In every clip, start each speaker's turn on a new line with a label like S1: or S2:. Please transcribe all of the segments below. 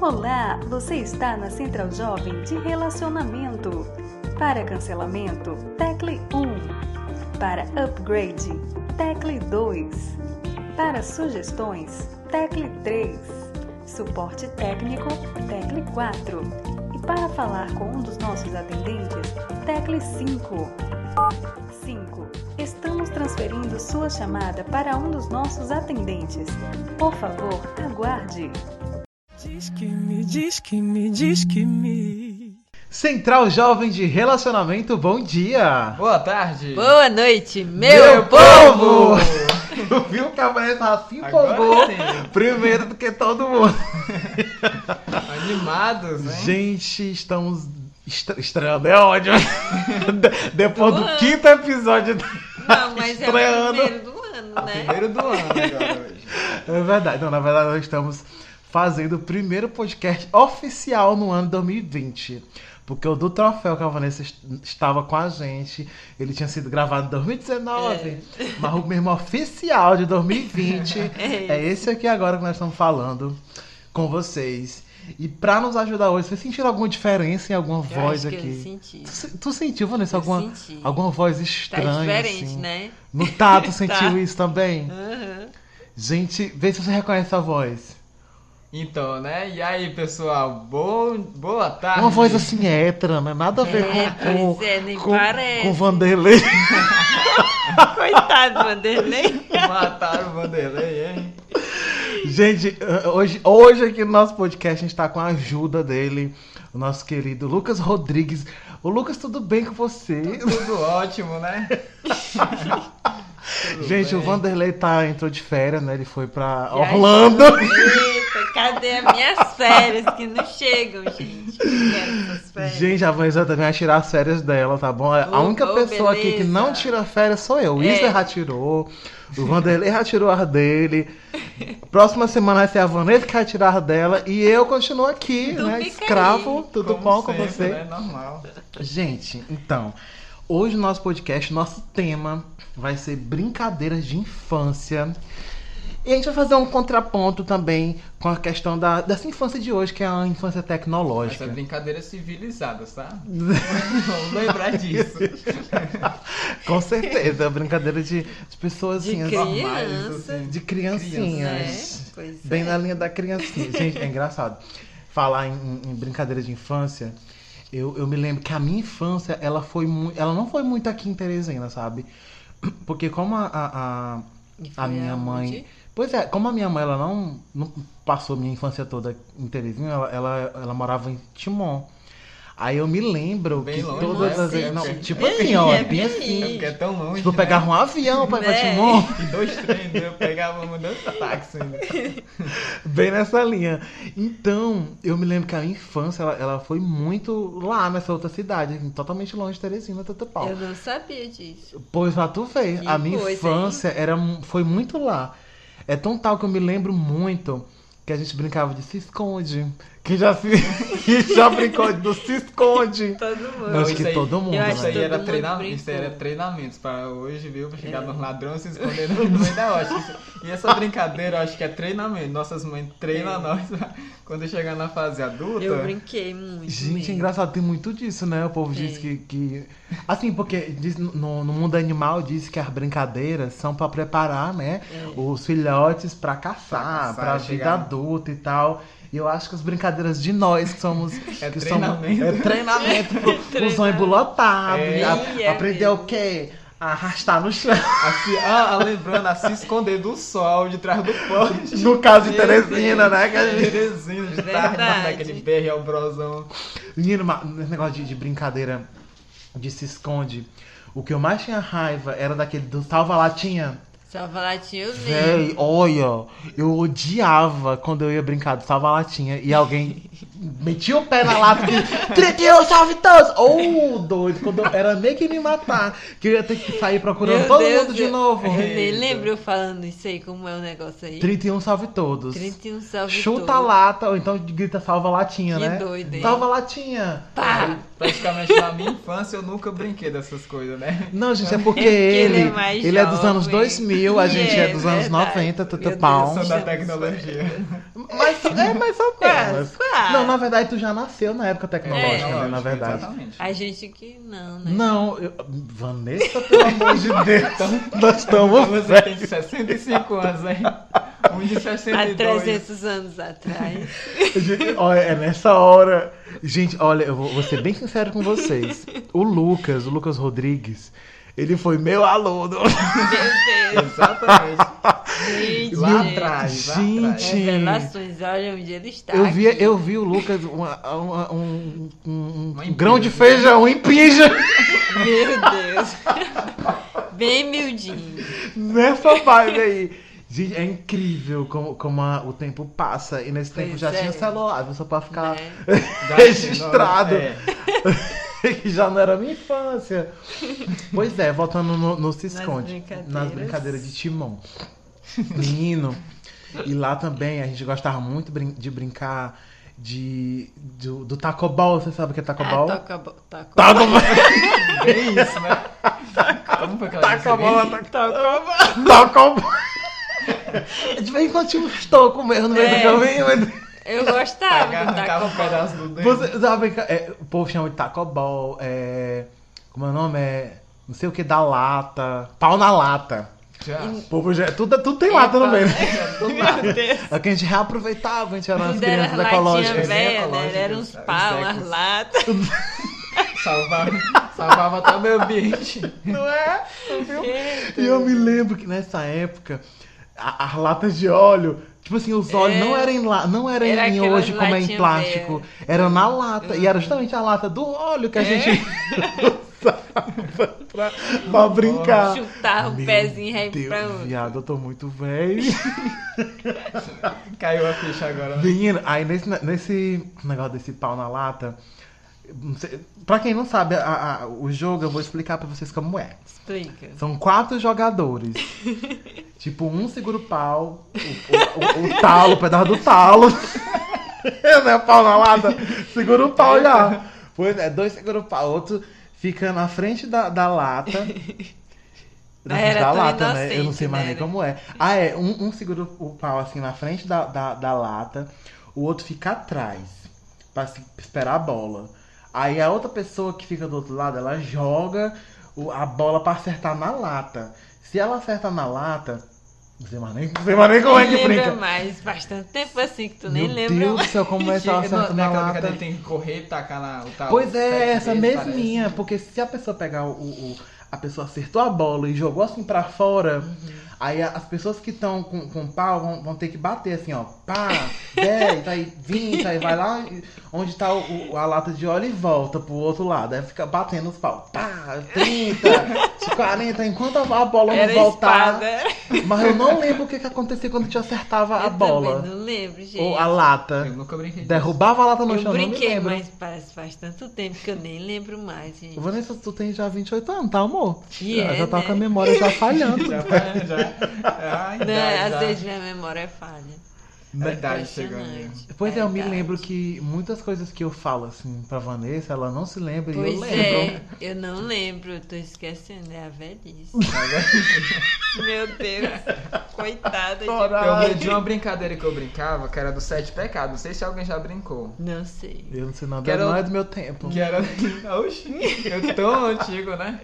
S1: Olá, você está na Central Jovem de Relacionamento. Para cancelamento, tecle 1. Para upgrade, tecle 2. Para sugestões, tecle 3. Suporte técnico, tecle 4. E para falar com um dos nossos atendentes, tecle 5. 5. Estamos transferindo sua chamada para um dos nossos atendentes. Por favor, aguarde.
S2: Diz que me, diz que me, diz que me.
S3: Central Jovem de Relacionamento, bom dia!
S4: Boa tarde.
S5: Boa noite, meu, povo!
S3: Tu viu que a mulher tava se
S4: Agora
S3: empolgou
S4: sim.
S3: primeiro do que todo mundo.
S4: Animados, né?
S3: Gente, estamos estra- estreando, é ódio. De- Depois do
S5: Boa.
S3: quinto episódio.
S5: Não, mas é o
S3: Estreando.
S5: primeiro do ano, né?
S4: Primeiro do ano agora hoje.
S3: É verdade, não, na verdade nós estamos fazendo o primeiro podcast oficial no ano 2020. Porque o do troféu que a Vanessa est- estava com a gente, ele tinha sido gravado em 2019, mas o mesmo oficial de 2020
S5: É
S3: é esse aqui agora que nós estamos falando com vocês. E pra nos ajudar hoje, vocês sentiram alguma diferença em alguma
S5: Eu
S3: voz
S5: acho que eu
S3: aqui?
S5: senti.
S3: Tu se- Tu sentiu, Vanessa,
S5: Eu
S3: alguma,
S5: senti.
S3: alguma voz
S5: Tá
S3: estranha?
S5: diferente,
S3: assim?
S5: né?
S3: No tato sentiu
S5: Tá.
S3: isso também?
S5: Aham.
S3: Gente, vê se você reconhece a voz.
S4: Então, né? E aí, pessoal? Bom... Boa tarde.
S3: Uma voz assim hétera, né? Nada a ver
S5: É,
S3: com,
S5: pois é, nem
S3: com,
S5: parece.
S3: com Vanderlei.
S5: Coitado, Vanderlei.
S4: Mataram o Vanderlei, hein?
S3: Gente, eh, hoje, hoje aqui no nosso podcast a gente tá com a ajuda dele, o nosso querido Lucas Rodrigues. Ô Lucas, tudo bem com você?
S4: Tudo ótimo, né? Tudo
S3: Gente, o
S4: bem.
S3: Vanderlei tá, entrou de férias, né? Ele foi pra
S5: Já
S3: Orlando.
S5: Eita, cadê as minhas férias que não chegam, gente? Eu quero essas férias.
S3: Gente, a Vanessa também vai tirar as férias dela, tá bom? A
S5: Ô,
S3: única
S5: ô,
S3: pessoa aqui que
S5: beleza.
S3: não tira férias sou eu. O
S5: É.
S3: Isla já tirou, o Vanderlei já tirou as dele. Próxima semana vai ser a Vanessa que vai tirar as dela. E eu continuo aqui,
S5: Tu
S3: né?
S5: fica
S3: Escravo, tudo
S4: Como
S3: bom com
S4: sempre,
S3: você?
S4: Né? Normal.
S3: Gente, então, hoje no nosso podcast, nosso tema vai ser brincadeiras de infância. E a gente vai fazer um contraponto também com a questão da, dessa infância de hoje, que é a infância
S4: Essa
S3: tecnológica.
S4: é brincadeira civilizada, tá? Vamos lembrar disso.
S3: Com certeza, é uma brincadeira de, de pessoas
S5: De
S3: assim, as-
S5: criança.
S4: assim,
S3: de criancinhas.
S5: É, pois
S3: Bem
S5: é.
S3: na linha da criancinha. Gente, é engraçado. Falar em, em- em brincadeira de infância, eu, eu me lembro que a minha infância, ela foi mu- ela não foi muito aqui em Teresina, sabe? Porque como a- a- a,
S5: E foi
S3: a minha mãe.
S5: aonde?
S3: Pois é, como a minha mãe ela não, não passou minha infância toda em Teresina, ela, ela, ela morava em Timon. Aí eu me lembro
S4: Bem
S3: que
S4: longe,
S3: todas
S4: né?
S3: as vezes. Não,
S4: Sim,
S3: tipo
S5: bem-
S3: assim, ó,
S5: é
S3: bem
S5: bem-
S4: É
S3: assim.
S4: porque é tão longe.
S3: Tipo,
S4: né?
S3: pegar um avião pra ir pra
S5: Né?
S3: Timon.
S4: E dois trens, eu pegava um dentro do táxi. né?
S3: Bem nessa linha. Então, eu me lembro que a minha infância, ela, ela foi muito lá nessa outra cidade, assim, totalmente longe de Teresina, Tata Pau.
S5: Eu não sabia disso.
S3: Pois lá tu vê,
S5: Que
S3: a minha
S5: coisa, hein?
S3: infância era, mu- foi muito lá. É tão tal que eu me lembro muito que a gente brincava de se esconde. Que já, se, que já brincou do se esconde.
S5: Todo mundo.
S3: Não, Acho
S4: isso
S3: que
S4: aí-
S3: todo mundo,
S5: eu acho
S4: Isso aí
S5: todo
S4: era
S5: mundo
S4: treinamento,
S5: brincou. É.
S4: isso aí era treinamentos para hoje, viu? Pra chegar nos ladrões e se esconder no meio da rocha. Isso- E essa brincadeira, eu acho que é treinamento. Nossas mães treinam nós quando chegar na fase adulta.
S5: É. Eu brinquei muito.
S3: tá. Gente, é
S5: mesmo.
S3: engraçado, tem muito disso, né? O povo diz que,
S5: Tem.
S3: que. Assim, porque diz no, no mundo animal diz que as brincadeiras são pra preparar, né?
S5: É.
S3: Os filhotes pra caçar,
S4: caçar,
S3: pra vida
S4: chegar-
S3: adulta e tal. E eu acho que as brincadeiras de nós que somos.
S4: É
S3: que
S4: treinamento.
S3: Somos, é treinamento. pro- Usar embolotado.
S4: É.
S3: a-
S5: É
S3: aprender
S5: mesmo.
S3: o quê? A arrastar no chão.
S4: A se- ah, ah, lembrando, a se esconder do sol de trás do poste.
S3: No caso de
S4: Meu
S3: Teresina, né? Que a gente-
S4: Teresina, de tarde,
S5: Verdade.
S4: naquele BR ao brosão.
S3: Menino, ma- nesse negócio de, de brincadeira de se esconde, o que eu mais tinha raiva era daquele do salva-latinha.
S5: Só falar tinha eu lembro.
S3: Véi, olha, eu odiava quando eu ia brincar do salva-latinha e alguém metia o pé na lata e Tritio, salve todos! Ô, doido, quando eu era nem que me matar, que eu ia ter que sair procurando
S5: Meu
S3: todo
S5: Deus,
S3: mundo de
S5: eu-
S3: novo.
S5: Eu nem
S4: Eita.
S5: lembro eu falando isso aí, como é o negócio aí.
S3: 31 salve todos.
S5: 31 salve
S3: Chuta
S5: todos.
S3: a lata, ou então grita salva a latinha,
S5: Que
S3: né?
S5: doido, hein?
S3: Salva a latinha!
S5: Pá!
S4: Praticamente na minha infância eu nunca brinquei dessas coisas, né?
S3: Não, gente, é porque
S5: ele
S3: ele,
S5: é mais
S3: ele é dos anos
S5: jovem.
S3: 2000, a gente é,
S5: É,
S3: dos anos
S5: verdade.
S3: 90,
S5: Meu
S3: tudo
S5: Deus,
S3: pau.
S4: Sou da
S5: Jesus.
S4: tecnologia.
S3: Mas é mais ou
S5: Quase,
S3: menos.
S5: quase.
S3: Não, na verdade, tu já nasceu na época tecnológica,
S5: É,
S3: né? Na
S4: Lógico,
S3: verdade.
S4: Exatamente.
S5: A gente que não, né?
S3: Não, eu- Vanessa, pelo amor de Deus, nós estamos.
S4: Então, Você tem 65 anos, hein? Um de
S5: Há
S4: 62.
S5: 300 anos atrás.
S3: Gente, Olha, é nessa hora. Gente, olha, eu vou, vou ser bem sincero com vocês. O Lucas, o Lucas Rodrigues, ele foi meu aluno.
S5: Meu Deus.
S4: Exatamente.
S5: Gente,
S4: Lá
S5: gente.
S4: atrás, lá atrás.
S3: Gente,
S5: Revelações, olha onde ele está.
S3: eu vi,
S5: É, tá aqui.
S3: eu vi o Lucas uma- uma- um, um- um-
S4: Uma
S3: um grão
S4: empresa.
S3: de feijão em pija
S5: Meu Deus. Bem miudinho.
S3: nessa vibe aí. Gente, é incrível como, como a- o tempo passa. E nesse tempo
S5: Pois
S3: já
S5: é.
S3: tinha celular, viu? só pra ficar
S5: né?
S4: Já-
S3: registrado.
S4: É.
S3: que já não era minha infância. Pois é, voltando no, no Se
S5: Nas
S3: Esconde.
S5: brincadeiras.
S3: Nas brincadeiras de Timão. Menino. E lá também a gente gostava muito brin- de brincar de, do, do tacobol. Você sabe o que é
S5: Ah,
S3: tacobol?
S5: toca a bo- toca-
S3: Tacobol,
S4: é, Bem isso, né? Como foi que ela
S3: Tá
S4: disse?
S3: tacobol, tacobol. Tacobol. De vez em quando tinha uns tocos mesmo né? no meio
S5: É.
S3: do caminho. Mas...
S5: Eu gostava do
S4: Arrancava um
S5: taco.
S4: pedaço do dedo.
S3: Você sabe, é, o povo chama de tacobol. É, como é o nome? É, não sei o que, da lata. Pau na lata.
S4: Já.
S3: O povo já- tudo, tudo tem lata no meio. né?
S5: Meu Deus.
S3: É o que a gente reaproveitava, a gente era umas
S5: Tudo era
S3: crianças
S5: latinha
S3: ecológicas.
S5: velha, né?
S4: ecológicas,
S5: Era uns
S4: sabe?
S5: pau,
S4: Insetos.
S5: umas latas.
S4: Salvava, salvava até o meio ambiente.
S3: Não é? E eu me lembro que nessa época, a- as latas de óleo, tipo assim, os óleos não eram em, la- não era
S5: É. Era
S3: em
S5: aquelas
S3: hoje como é em
S5: latinha
S3: plástico, era na lata. E era justamente a lata do óleo que
S5: É.
S3: a gente usava pra, pra brincar.
S5: Chutava o
S3: Meu
S5: um pezinho aí
S3: Deus,
S5: pra um- onde?
S3: viado, eu tô muito velho.
S4: Caiu a ficha agora, né?
S3: Menino, aí nesse, nesse negócio desse pau na lata, não sei- pra quem não sabe a- a- o jogo, eu vou explicar pra vocês como é.
S5: Explica.
S3: São quatro jogadores. tipo, um segura o pau, o, o- o- o talo, o pedaço do talo. né, pau na lata? Segura o pau já. Pois é, dois segura o pau, outro fica na frente da, da lata. Na
S5: Mas
S3: frente
S5: era
S3: da
S5: tão
S3: lata, né? Eu não sei
S5: inocente,
S3: mais
S5: né?
S3: nem como é. Ah, é. Um, um segura o pau assim na frente da, da, da lata, o outro fica atrás, pra se- esperar a bola. Aí a outra pessoa que fica do outro lado, ela joga o- a bola pra acertar na lata. Se ela acerta na lata, não sei mais nem, não sei mais nem como é
S5: Nem
S3: que
S5: lembra
S3: brinca.
S5: mais. Faz tanto tempo assim que tu nem
S3: Meu
S5: lembra.
S3: Deus do
S5: mais.
S3: céu, como é que ela
S4: Chega na-
S3: acerta na
S4: naquela brincadeira
S3: lata?
S4: que tem que correr e tacar na, o tal.
S3: Pois é,
S4: sete
S3: essa
S4: vezes,
S3: mesminha, porque se a pessoa pegar o, o- A pessoa acertou a bola e jogou assim pra fora,
S5: Uhum.
S3: aí a- as pessoas que estão com, com pau vão, vão ter que bater assim, ó. Pá, 10, aí 20, aí vai lá e- onde tá o- o- a lata de óleo e volta pro outro lado. Aí fica batendo os pau. Pá, 30, 40, enquanto a, a bola
S5: Era
S3: não voltar.
S5: espada.
S3: Mas eu não lembro o que, que acontecia quando a gente acertava a
S5: Eu
S3: bola.
S5: também não lembro, gente.
S3: Ou a
S4: parece. Eu
S3: lata.
S4: nunca brinquei disso.
S3: Derrubava a lata no
S5: Eu
S3: chão, não me
S5: brinquei,
S3: lembro.
S5: mas parece faz tanto tempo que eu nem lembro mais, gente.
S3: Vanessa, tu tem já 28 anos, tá, amor?
S5: E
S3: já
S5: é,
S3: já tá
S5: né?
S3: com a memória já falhando.
S4: Já, vai- já. Ai, já,
S5: Não, Né, às
S4: já.
S5: vezes minha memória é falha.
S4: A idade chegando.
S5: Impressionante.
S3: Pois é, eu me
S5: Verdade.
S3: lembro que muitas coisas que eu falo, assim, pra Vanessa, ela não se lembra e eu
S5: Pois
S3: lembro.
S5: é, eu não lembro, eu tô esquecendo, é a velhice.
S3: Tá
S5: Meu Deus, coitada de...
S4: Eu lembro de uma brincadeira que eu brincava, que era do Sete Pecados. Não sei se alguém já brincou.
S5: Não sei.
S3: Eu não sei nada,
S4: Quero-
S3: não é do meu tempo.
S4: Que era. Oxi, eu tão antigo, né?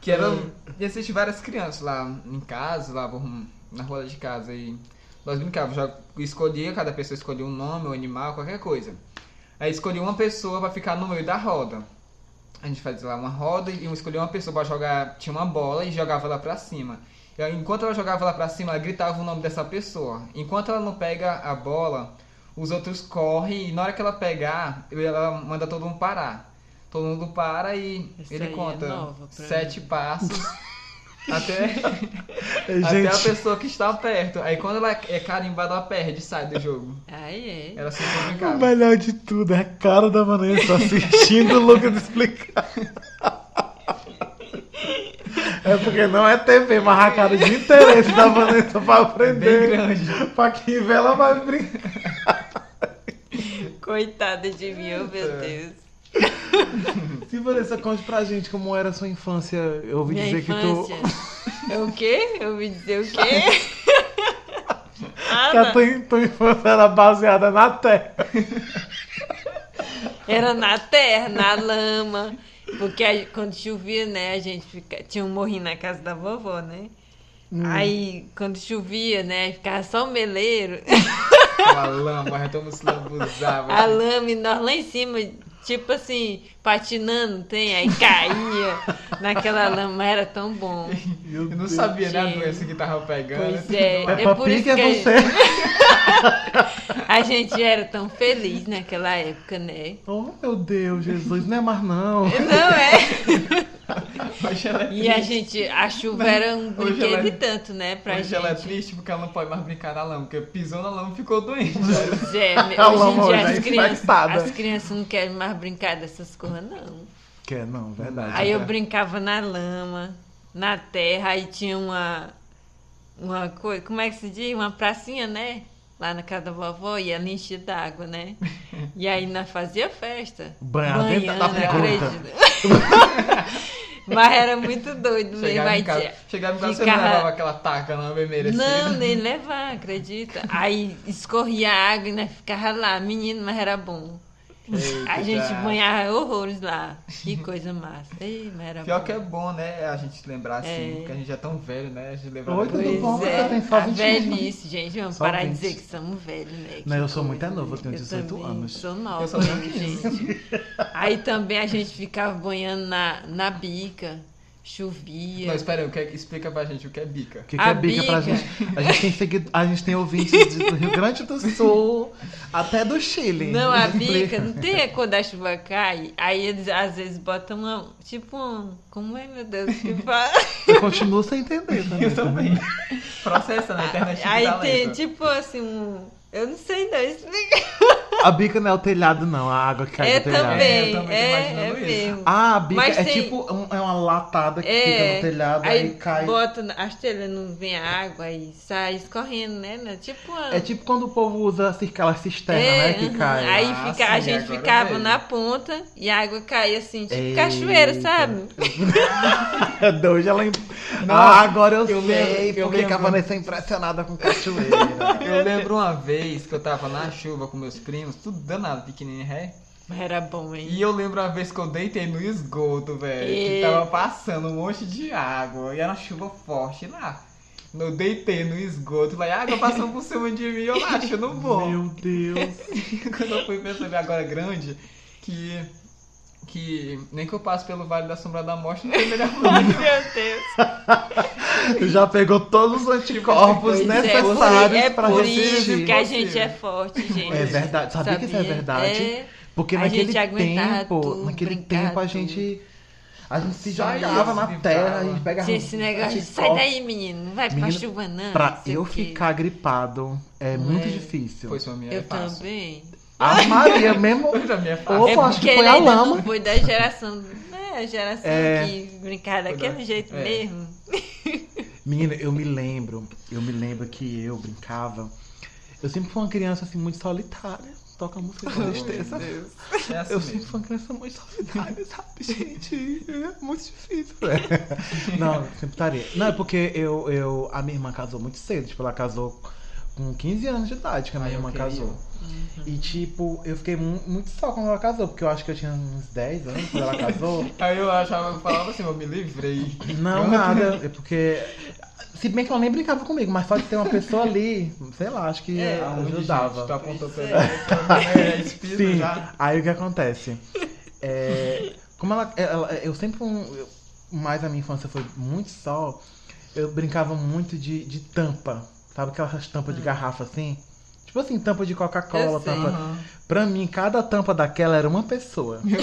S4: Que era. Hum. E assistir várias crianças lá em casa, lá vamos na rua de casa. E nós brincávamos, já escolhia, cada pessoa escolhia um nome, um animal, qualquer coisa. Aí escolhia uma pessoa pra ficar no meio da roda. A gente fazia lá uma roda e escolhia uma pessoa pra jogar. Tinha uma bola e jogava lá pra cima. E aí, enquanto ela jogava lá pra cima, ela gritava o nome dessa pessoa. Enquanto ela não pega a bola, os outros correm e na hora que ela pegar, ela manda todo mundo parar. Todo mundo para e
S5: Isso
S4: ele
S5: aí é
S4: conta
S5: nova pra
S4: sete passos. Até, até a
S3: Gente,
S4: pessoa que está perto. Aí quando ela é carimbada, ela perde, sai do jogo.
S5: Aí é.
S4: Era assim
S3: o
S4: complicado.
S3: melhor de tudo é a cara da Vanessa assistindo o Lucas explicar. É porque não é TV, mas a cara de interesse da Vanessa
S5: É
S3: pra aprender.
S4: Bem grande.
S3: Pra que ver, ela vai brincar.
S5: Coitada de mim, oh,
S3: É.
S5: meu Deus.
S3: Se Vanessa, conte pra gente como era a sua infância. Eu ouvi
S5: Minha
S3: dizer
S5: infância.
S3: que tu.
S5: É o quê? Eu ouvi dizer o Ah, quê?
S3: Que a
S5: Nada.
S3: tua, tua infância era baseada na terra.
S5: Era na terra, na lama. Porque a- quando chovia, né, a gente fica, tinha um morrinho na casa da vovó, né?
S3: Hum.
S5: Aí, quando chovia, né, ficava só o meleiro,
S4: Com a lama, já todo mundo se lambuzava.
S5: a lama e nós lá em cima, tipo assim, patinando, tem, aí caía naquela lama, era tão bom.
S3: Meu
S4: Eu não
S3: Deus.
S4: sabia, né, a
S5: Gente.
S4: doença que tava pegando.
S5: Pois é, é
S3: Peppa
S5: por
S3: Pig
S5: isso que
S3: é
S5: a gente-
S3: você.
S5: a gente era tão feliz naquela época, né?
S3: Oh, meu Deus, Jesus, não é mais não.
S5: Não é?
S4: Hoje ela é
S5: E a
S4: triste.
S5: gente, a chuva era um
S4: Hoje ela-
S5: brinquedo e tanto, né, pra
S4: Hoje
S5: gente.
S4: ela é triste porque ela não pode mais brincar na lama, porque pisou na lama e ficou doente.
S5: Pois é, me-
S3: Ela
S5: hoje em
S3: morre,
S5: dia
S3: né?
S5: as crianças,
S3: Impactada.
S5: as crianças não querem mais brincar dessas coisas, não.
S3: Quer é não, verdade. né?
S5: Aí eu
S4: tá.
S5: brincava na lama, na terra, aí tinha uma. Uma coisa. Como é que se diz? Uma pracinha, né? Lá na casa da vovó e ela enchia d'água, né? E aí nós fazia festa.
S3: Banhar dentro da
S5: Banhando,
S3: fruta.
S5: acredita? Mas era muito doido mesmo.
S4: Chegava
S5: Aí
S4: em casa,
S5: tinha-
S4: chegava em casa você não
S5: ficava-
S4: levava aquela taca na vermelha
S5: não,
S4: assim.
S5: nem levar, acredita? Aí escorria água e nós ficava lá, menino, mas era bom. A
S4: Eita.
S5: gente banhava horrores lá. Que coisa massa. Ei, mas era
S4: Pior
S5: bom.
S4: que é bom, né, a gente lembrar assim,
S5: É.
S4: porque a gente já é tão velho, né, a gente lembra...
S3: Oi, tudo
S4: Pois
S3: bom?
S5: Pois
S3: você
S5: é,
S3: tem só
S5: a
S3: 20.
S5: velhice, gente. Vamos
S3: Só
S5: parar de
S3: 20.
S5: dizer que somos velhos, né? Que
S3: Não, eu sou muito
S5: coisa,
S3: novo, eu
S5: né?
S3: tenho 18
S5: também
S3: anos.
S5: Sou
S4: Eu
S5: nova,
S4: sou
S5: né,
S4: novinho.
S5: gente. Aí também a gente ficava banhando na, na bica, chovia.
S4: Não, espera aí, o que é- explica pra gente o que é bica.
S3: O que, que
S5: A
S3: é bica, pra
S5: bica.
S3: gente? A gente tem, seguido, a gente tem ouvintes do Rio Grande do Sul, até do Chile.
S5: Não, a bica,
S3: Explica.
S5: não tem é quando a chuva cai. Aí eles às vezes botam uma. Tipo um. Como é, meu Deus? Que fala?
S3: Eu continuo sem entender. Né?
S4: também. Processa na internet
S5: Aí
S4: tá
S5: tem
S4: lenta.
S5: tipo assim um. Eu não sei não, explica.
S3: A bica não é o telhado, não, a água que cai
S5: É
S3: do telhado.
S5: também,
S4: Eu também tô
S5: é, é
S4: imaginando isso.
S5: mesmo.
S3: Ah, a bica
S5: Mas
S3: é
S5: tem- É.
S3: tipo um- é uma latada que fica no telhado, aí, cai.
S5: Bota na- as telhas, não vem a água aí sai escorrendo, né? né? Tipo uma.
S3: É tipo quando o povo usa assim, aquelas cisternas, né, que
S5: É, aham.
S3: cai.
S5: Aí
S4: Ah,
S5: fica, a
S4: sim,
S5: gente
S4: agora
S5: ficava
S4: veio.
S5: na ponta e a água caía assim, tipo
S3: Eita.
S5: cachoeira, sabe?
S3: De hoje ela...
S4: Não,
S3: ah, agora eu,
S4: eu
S3: sei
S4: lembro, eu
S3: porque que a
S4: lembro.
S3: Vanessa é impressionada com cachoeira.
S4: Eu lembro uma vez que eu tava na chuva com meus primos, tudo danado, pequenininho, né? ré.
S5: Mas era bom, hein?
S4: E eu lembro uma vez que eu deitei no esgoto, velho. Que
S5: Eita.
S4: tava passando um monte de água. E era chuva forte lá. Eu deitei no esgoto lá e a água passando por cima de mim. Eu lá achando bom.
S3: Meu Deus.
S4: Quando eu fui perceber agora grande que. Que nem que eu passe pelo Vale da Sombra da Morte, não tem melhor lugar.
S5: Meu Deus.
S3: Tu já pegou todos os anticorpos
S5: Pois é, por-
S3: necessários
S5: é
S3: pra
S5: por
S3: resistir.
S5: isso que a gente é forte, gente.
S3: É verdade. Sabia, que isso é verdade?
S5: É.
S3: Porque
S5: A
S3: naquele
S5: gente aguentava
S3: tempo,
S5: tudo,
S3: naquele
S5: brincava
S3: tempo a
S5: tudo.
S3: gente a gente se
S4: Saía,
S3: jogava
S4: se
S3: na terra, a
S4: livrava.
S3: gente pegava
S5: Tinha É, esse negócio de sai
S3: anticorpos.
S5: daí, menino, não vai pra
S3: Menino,
S5: chuva não.
S3: Pra
S5: não sei
S3: eu
S5: o quê.
S3: ficar gripado é muito difícil.
S4: Pois pra mim é
S5: Eu
S4: fácil.
S5: também.
S3: A Maria mesmo.
S4: Pois pra mim é fácil.
S3: Opa, acho
S5: porque
S3: que foi
S5: ele
S3: a
S5: ainda
S3: lama.
S5: não foi da geração, né, a geração
S3: É.
S5: que brincava
S4: Foi da-
S5: daquele jeito
S4: é.
S5: mesmo.
S3: Menina, eu me lembro, eu me lembro que eu brincava. Eu sempre fui uma criança assim muito solitária. Toca música com tristeza.
S4: É assim
S3: Eu
S4: mesmo.
S3: sempre fui uma criança muito solitária, sabe, gente? É muito difícil. Não, sempre estaria. Não, é porque eu, eu, a minha irmã casou muito cedo. Tipo, ela casou com 15 anos de idade que a minha
S4: Ah, eu
S3: irmã
S4: queria. Uhum.
S3: casou. E, tipo, eu fiquei mu- muito só quando ela casou, porque eu acho que eu tinha uns 10 anos quando ela casou.
S4: Aí eu achava, eu falava assim, eu me livrei.
S3: Não, nada. É porque. Se bem que ela nem brincava comigo, mas só de ter uma pessoa ali, sei lá, acho que
S5: É,
S4: Onde, gente,
S3: ajudava.
S4: Tu apontou pra
S5: Pois
S4: ele. É, espírito
S3: Sim,
S4: já.
S3: aí o que acontece? É, como ela, ela- Eu sempre. um- eu- mais a minha infância foi muito
S4: Hum.
S3: sol, eu brincava muito de, de tampa. Sabe aquelas tampas de garrafa assim? Tipo assim, tampa de Coca-Cola,
S5: Eu sei.
S3: tampa.
S4: Aham.
S3: Pra mim, cada tampa daquela era uma pessoa.
S4: Meu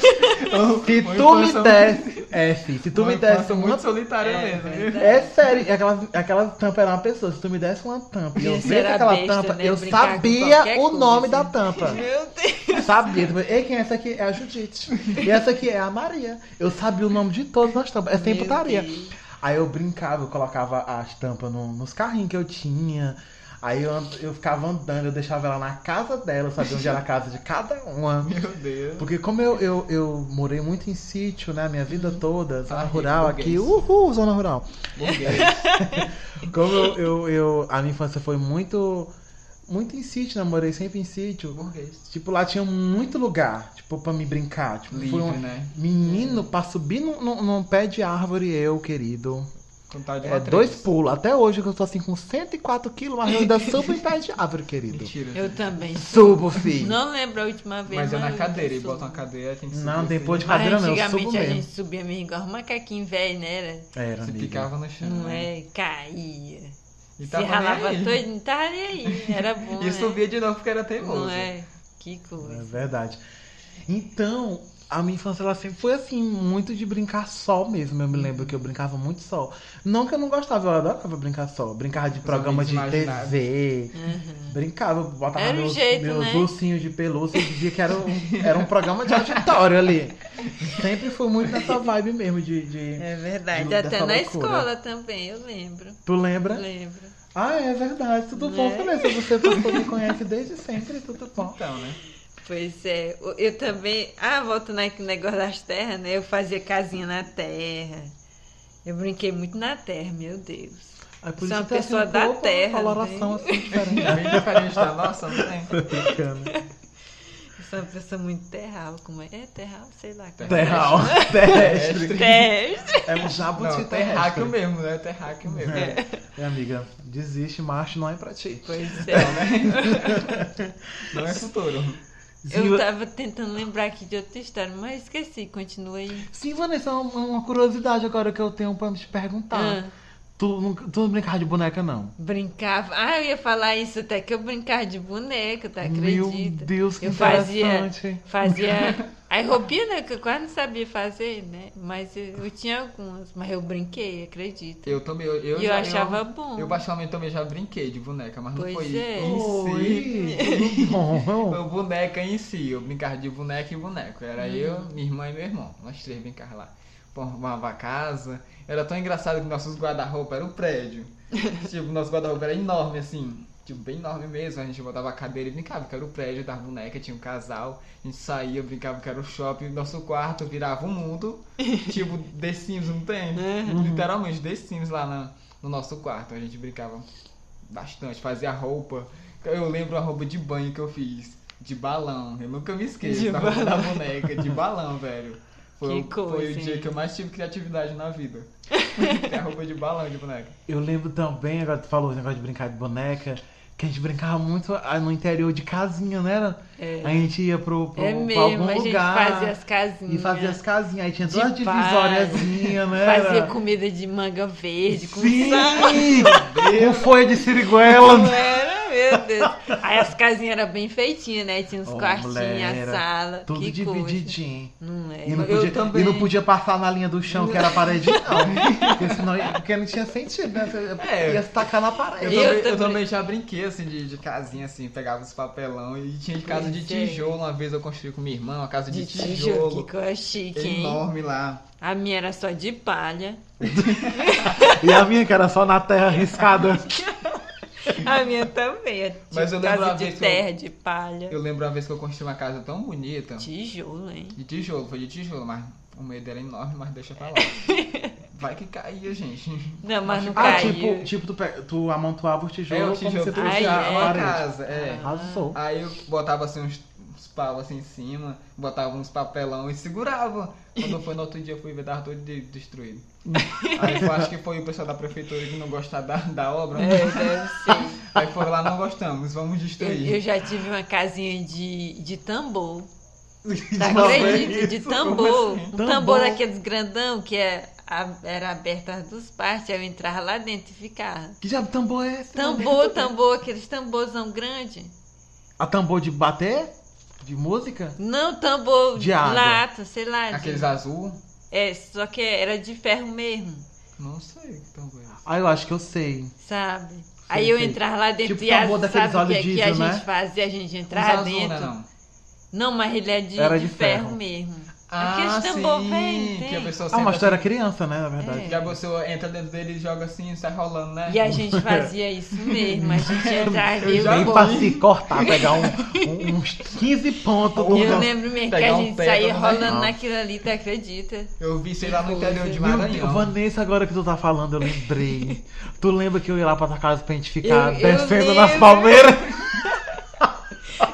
S4: Deus.
S3: Se
S4: Uma
S3: tu me
S4: infância-
S3: desse. É, fi, se tu
S4: uma
S3: me desse
S4: infância
S3: uma.
S4: um muito solitária
S5: É,
S4: mesmo.
S5: verdade.
S3: É sério, aquela, aquela tampa era uma pessoa. Se tu me desse uma tampa e eu
S5: Isso
S3: visse
S5: era
S3: aquela
S5: besta,
S3: tampa,
S5: né?
S3: eu
S5: Brincar com
S3: sabia
S5: qualquer
S3: o nome da
S5: coisa.
S3: tampa.
S5: Meu Deus.
S3: Sabia. Tipo, Ei, quem é essa aqui? É a Judite. E essa aqui é a Maria. Eu sabia o nome de todas as tampas. É sem
S5: Meu
S3: putaria.
S5: Deus.
S3: Aí eu brincava, eu colocava as tampas no- nos carrinhos que eu tinha. Aí eu, and- eu ficava andando, eu deixava ela na casa dela, eu sabia onde era a casa de cada uma.
S4: Meu Deus.
S3: Porque como eu, eu, eu morei muito em sítio, né? Minha vida toda, zona
S4: Ah, rico,
S3: rural aqui,
S4: burguês.
S3: uhul, zona rural.
S4: Burguês.
S3: Como eu, eu, eu- a minha infância foi muito, muito em sítio, né? Morei sempre em sítio.
S4: Burguês.
S3: Tipo, lá tinha muito lugar, tipo, pra me brincar. Tipo, foi
S4: Livre,
S3: um-
S4: né?
S3: Menino, pra subir num, num- num pé de árvore, eu, querido.
S4: Com tal de
S3: É,
S4: matriz.
S3: dois pulos. Até hoje que eu tô assim com 104 quilos, mas eu ainda subo em pé de árvore, querido.
S4: Mentira.
S5: Eu também.
S3: Subo, filho. Não,
S5: Não lembro a última vez.
S4: Mas é na
S5: eu
S4: cadeira, e
S5: subo.
S4: bota uma cadeira, tem que
S3: não
S4: subir,
S3: tem pôr de
S5: Mas
S3: cadeira, não. Eu subo
S5: antigamente a gente
S3: mesmo.
S5: subia mesmo igual macaquinho velho, né? Era,
S3: Era,
S4: Se
S3: amiga.
S4: picava no chão.
S5: não
S4: né?
S5: é? Caía.
S4: É. E
S5: Se
S4: tava nem
S5: ralava
S4: aí.
S5: todo, não tava nem aí. Era bom.
S4: E
S5: né?
S4: subia de novo porque era teimoso.
S5: Não é? Que
S3: É
S5: coisa.
S3: verdade. Então, a minha infância ela sempre foi assim, muito de brincar só mesmo. Eu me lembro que eu brincava muito só. Não que eu não gostava, eu adorava brincar só. Eu brincava de
S4: Os
S3: programa de
S4: amigos imaginários. É
S3: TV. Brincava, eu botava
S5: Era um
S3: meus,
S5: jeito,
S3: meus
S5: né?
S3: ursinhos de pelúcia. Eu dizia que era um, era um programa de auditório ali. Sempre fui muito nessa vibe mesmo de. de-
S5: É verdade.
S3: De-
S5: Até
S3: dessa
S5: na
S3: loucura.
S5: escola também, eu lembro.
S3: Tu lembra?
S5: Lembro.
S3: Ah, é verdade. Tudo bom,
S5: Né?
S3: Vanessa? Você passou, me conhece desde sempre, tudo bom.
S4: Então, né?
S5: Pois é, o- eu também. Ah, voltando aqui no negócio das terras, né? Eu fazia casinha na terra. Eu brinquei muito na terra, meu Deus.
S3: É
S5: Você é uma
S3: que tem, assim,
S5: pessoa
S3: um
S5: da
S3: corpo, uma
S5: terra,
S3: coloração
S5: né?
S3: assim diferente.
S4: É Bem diferente da nossa, não tem?
S3: Bacana.
S5: Eu sou uma pessoa muito terral. Como é? É terral? Sei lá. Como é.
S3: Terral. Terrestre.
S5: Terrestre.
S3: É um
S4: Não,
S3: jabuti
S4: terráqueo
S3: terrestre. É.
S4: mesmo, né? Terráqueo mesmo.
S3: Minha amiga, desiste, macho não é pra ti.
S5: Pois é.
S4: Não é futuro.
S5: Eu tava tentando lembrar aqui de outra história, mas esqueci. Continua aí.
S3: Sim, Vanessa, é uma- uma curiosidade agora que eu tenho pra te perguntar.
S5: Ah,
S3: Tu, não, tu não brincava de boneca, não?
S5: brincava. Ah, eu ia falar isso até que eu brincava de boneca, tá?
S3: Meu
S5: Acredita?
S3: Deus, que
S5: eu fazia,
S3: interessante.
S5: fazia as roupinhas que eu quase não sabia fazer, né? Mas eu, eu tinha algumas, mas eu brinquei, acredita?
S4: Eu também. Eu, eu,
S5: E eu
S4: já-
S5: achava bom.
S4: Eu particularmente também já brinquei de boneca, mas
S5: Pois
S4: não foi
S5: é.
S4: em si.
S3: Oi, tudo bom?
S4: Foi boneca em si. Eu brincava de boneca e boneco. Era
S5: Hum.
S4: eu, minha irmã e meu irmão. Nós três brincávamos lá. Formava a casa. Era tão engraçado que nossos guarda-roupa era um prédio. tipo, nosso guarda-roupa era enorme, assim. Tipo, bem enorme mesmo. A gente botava a cadeira e brincava, que era o prédio das bonecas, tinha um casal. A gente saía, brincava que era o shopping. Nosso quarto virava um mundo. tipo, The Sims, não tem?
S5: É.
S4: Uhum. Literalmente, The Sims lá na- no nosso quarto. A gente brincava bastante, fazia roupa. Eu lembro a roupa de banho que eu fiz, de balão. Eu nunca me esqueço
S5: De
S4: da roupa da boneca, de balão, velho. Foi,
S5: Que
S4: o- foi
S5: coisa,
S4: o dia
S5: hein?
S4: que eu mais tive criatividade na vida. É a roupa de balão de boneca.
S3: Eu lembro também, agora tu falou o negócio de brincar de boneca, que a gente brincava muito ah, no interior de casinha, não era?
S5: É.
S3: A gente ia pro, pro,
S5: é
S3: pra
S5: mesmo,
S3: algum
S5: a gente
S3: lugar.
S5: fazia as casinhas.
S3: E fazia as casinhas, aí tinha
S5: De
S3: duas
S5: palha.
S3: divisóriazinhas, né?
S5: Fazia comida de manga verde, com
S3: Sim!
S5: sal.
S3: Com folha de siriguela.
S5: Não era, né? meu Deus. Aí as casinhas eram bem feitinhas, né? Tinha uns
S3: Ô,
S5: quartinhos,
S3: mulher, era
S5: a sala.
S3: Tudo
S5: que coisa.
S3: divididinho.
S5: Não é.
S3: E não,
S5: Eu
S3: podia,
S5: também.
S3: e não podia passar na linha do chão, que era a parede, não. Porque, senão, ia- porque não tinha sentido, né? Você
S4: É.
S3: ia se tacar na
S4: Eu,
S3: parede.
S4: também,
S5: Eu
S4: eu
S5: também.
S4: também já brinquei assim de, de casinha, assim, pegava os papelão e tinha de casa de
S5: Pois é.
S4: tijolo. Uma vez eu construí com minha irmã uma casa de,
S5: De tijolo,
S4: tijolo.
S5: que coisa chique, hein?
S4: Enorme lá.
S5: A minha era só de palha.
S3: E a minha, que era só na terra arriscada.
S5: A minha também. é de
S4: Mas eu lembro
S5: casa
S4: uma
S5: de
S4: vez que eu-
S5: terra, de palha.
S4: Eu lembro uma vez que eu construí uma casa tão bonita.
S5: Tijolo, hein?
S4: De tijolo, foi de tijolo, mas o medo era enorme, mas deixa pra lá. Vai que caía, gente.
S5: Não, mas não
S3: Ah,
S5: caiu.
S3: tipo, tipo tu, pe- tu amontoava os
S4: É, o
S3: tijolos como
S4: tijolo
S3: se
S4: pra
S3: tu
S5: Ai,
S3: tinha
S5: é.
S3: a
S4: uma
S3: parede.
S4: casa, é.
S3: Arrasou.
S4: Aí eu botava assim uns, uns paus assim em cima, botava uns papelão e segurava. Quando foi no outro dia eu fui ver, tava todo de- destruído. Aí eu acho que foi o pessoal da prefeitura que não gostava da, da obra.
S5: É, deve ser.
S4: Aí foram lá, não gostamos, vamos
S5: Eu, eu
S4: destruir.
S5: já tive uma casinha de, de tambor.
S4: De
S5: Tá
S4: novo, é
S5: acredito, de
S4: isso? Como
S5: tambor.
S4: assim?
S5: Um
S3: Tambor.
S5: tambor daqueles grandão que é a- era aberta as duas partes, aí eu entrava lá dentro e ficava.
S3: Que diabo de tambor é esse?
S5: Tambor, tambor, aqueles tamborzão grande.
S3: A tambor de bater? De música?
S5: Não, tambor
S3: De água.
S5: lata, sei lá. de-
S4: Aqueles azul.
S5: É, só que era de ferro mesmo,
S4: Não sei que tambor é esse.
S3: Ah, eu acho que eu sei.
S5: sabe? Aí eu
S3: sei.
S5: entrava lá dentro
S3: Tipo
S5: e a,
S3: tambor daqueles
S5: sabe o que,
S3: óleo
S5: é que a
S3: diesel, né?
S5: gente fazia? A gente
S4: Não
S5: entrava
S4: é azul,
S5: dentro.
S4: né? Não.
S5: Não, mas ele é de,
S3: Era
S5: de
S3: de
S5: ferro.
S3: ferro.
S5: mesmo.
S4: Ah,
S5: Aqueles tambor
S4: sim,
S5: velho, tem.
S4: que a pessoa
S3: Ah,
S4: senta assim,
S3: mas tu era criança, né, na verdade.
S5: É.
S4: Já você entra dentro dele e joga assim, sai rolando,
S3: É.
S4: né?
S5: E a gente fazia isso mesmo. A gente entrava e
S4: Eu já
S3: Bem
S4: bom,
S3: pra
S4: hein?
S3: se cortar, pegar um- um- uns 15 pontos.
S5: eu,
S3: do-
S5: lembro mesmo que
S4: Pegar
S5: a
S4: um
S5: gente
S4: pé
S5: saía
S4: também.
S5: rolando
S3: Não.
S5: naquilo ali, tu acredita?
S4: Eu vi, sei lá, no interior de
S3: Meu Deus,
S4: Maranhão.
S3: Vanessa, agora que tu tá falando, eu lembrei. tu lembra que eu ia lá pra tua casa pra gente ficar
S5: Eu- eu
S3: descendo
S5: lembro.
S3: nas palmeiras?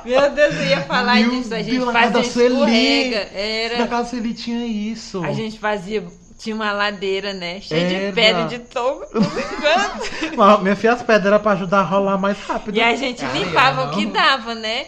S5: Meu Deus, eu ia falar
S3: Meu
S5: disso. A gente
S3: Deus, na casa
S5: fazia
S3: da Sueli.
S5: escorrega.
S3: Na
S5: Era.
S3: casa ele tinha isso.
S5: A gente fazia. Tinha uma ladeira, né? Cheia
S3: Era.
S5: de pedra de toco.
S3: Mas, minha filha, as pedras eram pra ajudar a rolar mais rápido.
S5: e a gente
S4: Cara,
S5: limpava
S4: não.
S5: o que dava, né?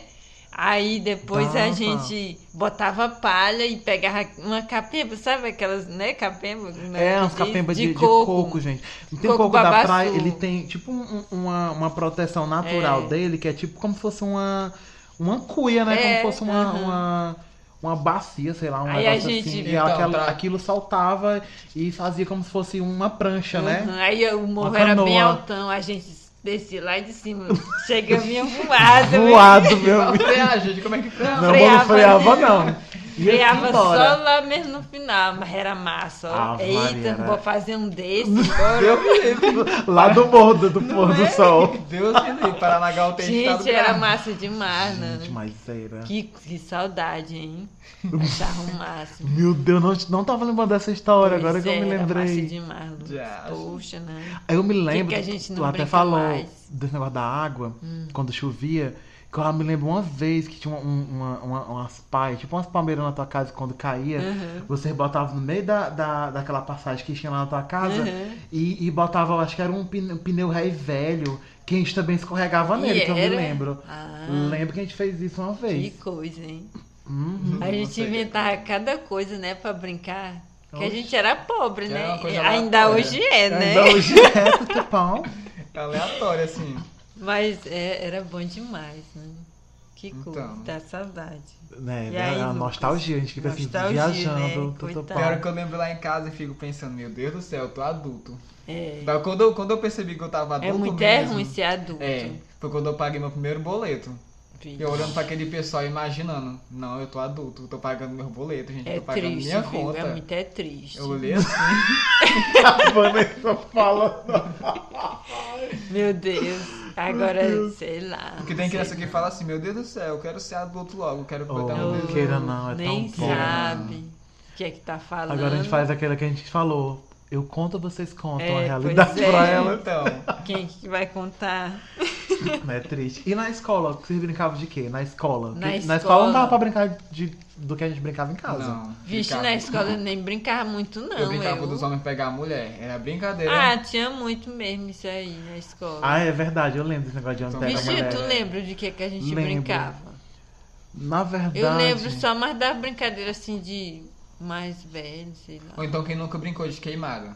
S5: Aí depois
S3: Dava.
S5: a gente botava palha e pegava uma capemba, sabe aquelas, né? Capemba? né,
S3: É, uns
S5: de-
S3: capembas de, de coco.
S5: coco.
S3: gente. Não tem coco,
S5: Coco
S3: da
S5: babaçu.
S3: praia, ele tem tipo um- um- uma, uma proteção natural
S5: É.
S3: dele, que é tipo como se fosse uma, uma cuia, né?
S5: É,
S3: como se fosse uma,
S5: aham.
S3: uma, uma bacia, sei lá, um
S5: Aí a
S3: negócio
S5: gente-
S3: assim. E
S4: Então,
S3: aquela-
S4: pra-
S3: aquilo saltava e fazia como se fosse uma prancha, né?
S5: Uhum, Aí o morro
S3: Uma
S5: era bem
S3: canoa.
S5: altão, a gente descia lá de cima. Chega minha voada, né?
S3: Voado, meu amigo.
S4: Frear, gente, como é que freia?
S3: Não,
S5: Freava,
S3: não freava,
S5: né?
S3: não. Ia
S5: Ganhava só
S3: embora.
S5: lá mesmo no final, mas era massa. ó.
S3: Ave Maria,
S5: Eita,
S3: né?
S5: vou fazer um desse.
S4: Deus me livre.
S3: Lá do morro, do pôr
S5: é?
S3: do sol.
S4: Deus me livre. Paranagal tem estado
S5: Gente, é era
S4: bravo.
S5: massa demais, né?
S3: Gente, mas era.
S5: Que, que saudade, hein? Achava o máximo.
S3: Meu Deus, não, não tava lembrando dessa história,
S5: Pois
S3: agora que eu
S5: é,
S3: me
S5: era
S3: lembrei.
S5: Massa demais, Lucas.
S4: Já.
S5: Poxa, né?
S3: Aí eu me lembro,
S5: que a gente
S3: tu
S5: não
S3: até
S5: brinca
S3: falou
S5: mais? Hum.
S3: desse negócio da água, quando chovia, que eu me lembro uma vez que tinha um- um- uma, uma- umas pais, tipo umas palmeiras na tua casa, e quando caía, vocês botavam no meio da, da, daquela passagem que tinha lá na tua casa
S5: Uhum.
S3: e, e botava, eu acho que era um pneu, um pneu ré velho, que a gente também escorregava
S5: E
S3: nele, que eu me
S5: era?
S3: lembro.
S5: Ah.
S3: Lembro que a gente fez isso uma
S5: Que
S3: vez.
S5: coisa, hein?
S3: Uhum.
S5: A gente
S4: sei.
S5: inventava cada coisa, né, pra brincar. Que a
S3: Oxe.
S5: gente era pobre,
S4: Que era
S5: né?
S4: uma coisa
S5: Ainda
S4: aleatória.
S5: hoje é, né?
S3: Ainda hoje é, tudo bom?
S4: Aleatório, assim.
S5: Mas é, era bom demais, né? Que coisa,
S4: Então.
S5: dá saudade.
S3: Né,
S5: E
S3: é
S5: aí,
S3: a
S5: Lucas?
S3: nostalgia, a gente fica assim,
S5: Nostalgia, né?
S3: viajando, tudo
S5: Coitado.
S4: Tem hora
S3: bom.
S4: que eu lembro lá em casa e fico pensando, meu Deus do céu, eu tô adulto.
S5: É,
S4: Então, Quando eu, quando eu percebi que eu tava adulto
S5: é muito é
S4: mesmo,
S5: ruim ser adulto.
S4: É, foi quando eu paguei meu primeiro boleto. E eu olhando pra aquele pessoal e imaginando, não, eu tô adulto, eu tô pagando meu boleto, gente,
S5: É
S4: eu tô tá pagando
S5: triste,
S4: minha
S5: viu?
S4: conta.
S5: É muito é triste.
S4: Eu olhei assim,
S3: A Vanessa falando.
S5: Meu Deus. Agora, sei lá.
S4: porque tem criança que fala assim, meu Deus do céu, eu quero ser adulto logo, eu quero cuidar
S3: Oh.
S4: do meu
S5: Não,
S3: queira não, é tão
S5: Nem
S3: bom.
S5: sabe o que é que tá falando.
S3: Agora a gente faz aquela que a gente falou. Eu conto, vocês contam
S5: É,
S3: a realidade
S5: pois é.
S3: pra ela.
S4: Então,
S5: Quem é que vai contar?
S3: Não é triste. E na escola, vocês brincavam de quê? Na escola?
S5: Na
S3: Porque
S5: escola.
S3: não dava pra brincar de, do que a gente brincava em casa.
S4: não.
S5: Vixe, né,
S4: ficava-
S5: na escola eu nem brincava muito, não.
S4: Eu brincava
S5: eu-
S4: dos homens pegar a mulher, era brincadeira.
S5: Ah, tinha muito mesmo isso aí na escola.
S3: Ah, é verdade, eu lembro desse negócio de
S4: Então,
S3: antena
S4: pega a
S5: Vixe,
S3: mulher.
S5: tu lembra de que, que a gente
S3: Lembro.
S5: brincava?
S3: Na verdade.
S5: Eu lembro só mais da brincadeira assim de mais velho, sei lá.
S4: Ou então quem nunca brincou de queimada.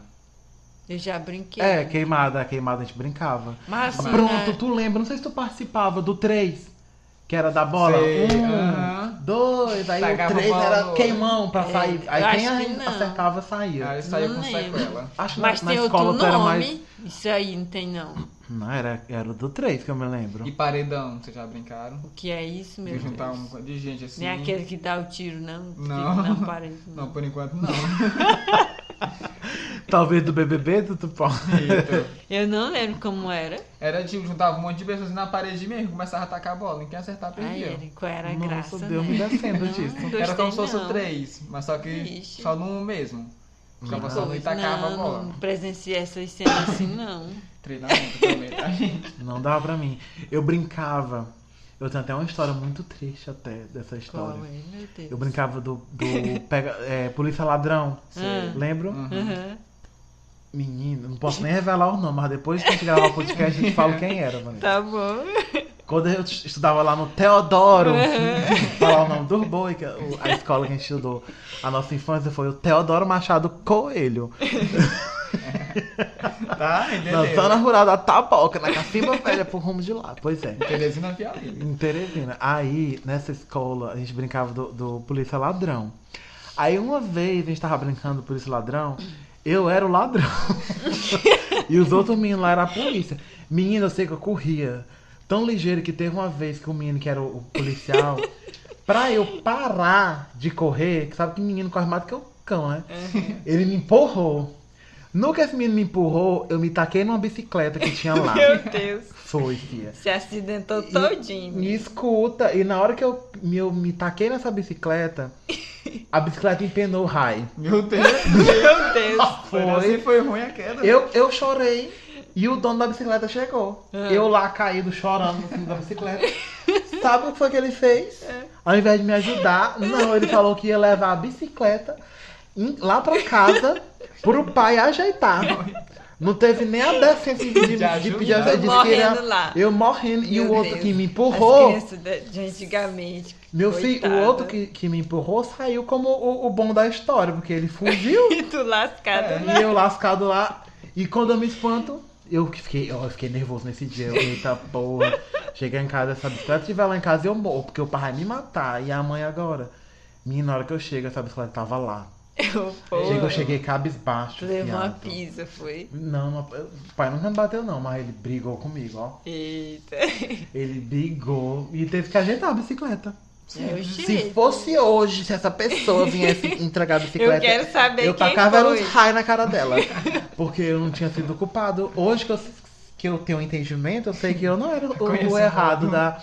S5: Eu já brinquei.
S3: É, queimada, queimada a gente brincava.
S5: Mas assim,
S3: Pronto,
S5: né?
S3: tu lembra? Não sei se tu participava do 3, que era da bola.
S4: Sei,
S3: Um,
S4: aham.
S3: dois, aí
S4: Tacava
S3: o 3
S4: a bola
S3: era
S4: no-
S3: queimão pra
S5: É,
S3: sair.
S5: eu
S3: Aí
S5: acho
S3: quem
S5: que não.
S3: acertava saía.
S4: Aí saía
S5: Não
S4: com
S5: lembro.
S4: sequela.
S3: Acho que
S5: Mas
S3: na, na
S5: tem
S3: escola
S5: outro
S3: tu era
S5: nome.
S3: mais.
S5: Isso aí não tem não.
S3: Não, era, era do 3 que eu me lembro.
S4: E paredão, vocês já brincaram?
S5: O que é isso, meu
S4: De juntar
S5: Deus?
S4: um monte de gente assim.
S5: Não é aquele que dá o tiro, não? Que
S4: Não.
S5: fica na parede, não.
S4: Não, por enquanto não.
S3: Talvez do BBB, do Tupão.
S4: Eita.
S5: Eu não lembro como era.
S4: Era tipo, juntava um monte de pessoas na parede mesmo, começava a atacar a bola. E quem acertar
S5: Ai,
S4: perdia.
S5: era, qual era a
S3: Nossa,
S5: graça,
S3: Deus
S5: né?
S3: me defenda
S5: Não,
S3: disso.
S5: não
S4: Era como se
S5: gostei,
S4: fosse
S5: não.
S4: três, mas só que
S5: Vixe.
S4: só num mesmo. Ficava só um e
S5: Pois,
S4: tacava a bola.
S5: não, não presenciei essas cenas assim, não.
S4: Treinamento também, tá, gente?
S3: Não dava pra mim. Eu brincava. Eu tenho até uma história muito triste até dessa
S5: Qual
S3: história.
S5: é, meu Deus?
S3: Eu brincava do, do pega, é, polícia ladrão.
S5: Ah.
S3: Lembro?
S4: Uhum.
S5: Aham.
S3: Menino, não posso nem revelar o nome, mas depois que a gente gravar o podcast, a gente fala quem era, mano.
S5: Tá bom.
S3: Quando eu estudava lá no Teodoro, falar o nome do boi, que é o- a escola que a gente estudou, a nossa infância foi o Teodoro Machado Coelho,
S4: Tá,
S3: na
S4: entendeu?
S3: zona rural da Taboca, na Cacimba Velha, pro rumo de lá. Pois é.
S4: Teresina Piauí.
S3: Em Teresina. Aí, nessa escola, a gente brincava do, do polícia ladrão. Aí, uma vez, a gente tava brincando do polícia ladrão, eu era o ladrão. e os outros meninos lá eram a polícia. Menina, eu sei que eu corria tão ligeiro que teve uma vez que o menino que era o, o policial, pra eu parar de correr, que sabe que menino corre mais do que o cão, né? Ele me empurrou. No que esse menino me empurrou, eu me taquei numa bicicleta que tinha lá.
S5: Meu Deus.
S3: Foi, fia.
S5: Se acidentou todinho.
S3: Me escuta. E na hora que eu me, eu me taquei nessa bicicleta, a bicicleta empenou o raio.
S4: Meu Deus.
S5: Meu Deus.
S4: Foi. Assim foi ruim a queda.
S3: Eu, eu chorei e o dono da bicicleta chegou.
S5: Ah.
S3: Eu lá caído, chorando no cima da bicicleta. Sabe o que foi que ele fez?
S5: É.
S3: Ao invés de me ajudar, não, ele falou que ia levar a bicicleta em- lá pra casa pro pai ajeitar. Não teve nem a decência de, de,
S4: De
S3: de pedir
S4: ajudar.
S3: ajuda. Disse que era-
S5: Morrendo lá.
S3: Eu morrendo. e
S5: Meu
S3: o outro
S5: Deus.
S3: que me empurrou.
S5: As crianças de- de antigamente.
S3: Meu filho, o
S5: coitada.
S3: outro que, que me empurrou saiu como o, o bom da história, porque ele fugiu
S5: E tu lascado, né?
S3: e eu lascado lá. E quando eu me espanto, eu que fiquei, ó, eu fiquei nervoso nesse dia. Eu, Eita porra, chegar em casa, essa bicicleta estiver lá em casa eu morro, porque o pai vai me matar. E a mãe agora? Minha, na hora que eu chego, essa bicicleta tava lá.
S5: Eu, pô,
S3: Chega, eu cheguei cabisbaixo.
S5: Tu levou uma
S3: fiado.
S5: pisa, foi.
S3: Não, não, o pai nunca me bateu, não, mas ele brigou comigo, ó.
S5: Eita.
S3: Ele brigou e teve que ajeitar a bicicleta.
S5: Eu
S3: Se
S5: cheguei.
S3: fosse hoje, se essa pessoa viesse entregar a bicicleta,
S5: Eu quero saber
S3: eu
S5: quem
S3: tacava era
S5: foi.
S3: uns raio na cara dela. Porque eu não tinha sido culpado. Hoje que eu, que eu tenho entendimento, eu sei que eu não era o,
S4: Conheço
S3: o errado da,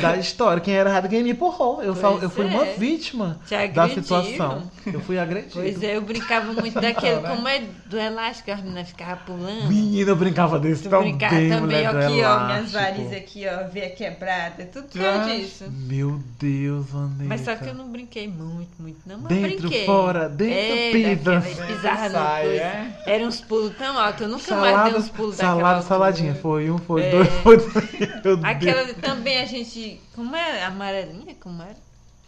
S3: da história. Quem era errado, quem me empurrou. Eu, só,
S5: Pois
S3: eu fui uma
S5: é.
S3: vítima
S5: Te
S3: da
S5: agrediram.
S3: situação. Eu fui agredido.
S5: Pois é, eu brincava muito daquele.
S3: né?
S5: Como é do elástico, as meninas ficavam pulando.
S3: Menina, eu brincava desse
S5: Tu
S3: também,
S5: brincava também,
S3: mulher,
S5: ó,
S3: do
S5: aqui, ó, minhas
S3: elástico.
S5: varizes aqui, ó, veia quebrada, tudo por
S4: Ah.
S5: causa disso.
S3: Meu Deus, Vanessa.
S5: Mas só que eu não brinquei muito, muito, não, mas
S3: Dentro,
S5: brinquei. É,
S3: fora, dentro, pisa.
S5: daquelas Bizarras no
S4: Sai,
S5: coisa.
S4: é?
S5: Eram uns pulos tão altos, eu nunca mais dei
S3: Salada,
S5: uns pulos daquela
S3: salada,
S5: altura.
S3: saladinha. Foi um, foi
S5: É.
S3: dois, foi três. Meu Deus.
S5: Aquela também a gente. Como é? Amarelinha? Como era?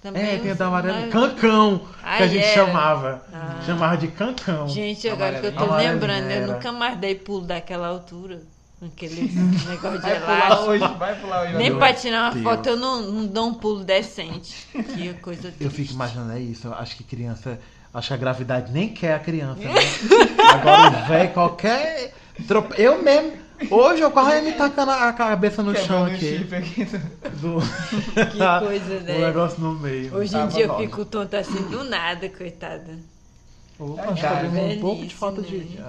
S5: Também
S3: É, tem a
S5: uns-
S3: da amarela.
S5: uma-
S3: Cancão, que a
S5: Ai,
S3: gente
S5: era.
S3: chamava.
S5: Ah.
S3: Chamava de cancão.
S5: Gente, agora que eu tô
S3: Amarelinha.
S5: lembrando, eu
S3: Amarelinha
S5: nunca mais dei pulo daquela altura. Naquele negócio de
S4: Vai pular
S5: elástico.
S4: hoje, vai pular hoje.
S5: Nem
S3: Meu
S5: pra tirar uma
S3: Deus.
S5: foto eu não, não dou um pulo decente. Que é coisa
S3: Eu
S5: triste.
S3: fico imaginando, é isso. Eu acho que criança. Acho que a gravidade nem quer a criança, né? Agora o velho, qualquer. trope- Eu mesmo. Hoje eu quase ia me tacando a cabeça no chão
S4: Quebrando o
S3: aqui.
S4: é chip aqui. né?
S3: Do...
S5: Que coisa, né?
S3: O negócio no meio.
S5: Hoje em
S4: Tava
S5: dia eu
S4: nova.
S5: fico tonta assim do nada, coitada.
S3: Opa, acho que
S4: Tá
S3: eu tenho um pouco de
S5: velhíssimo,
S3: falta de.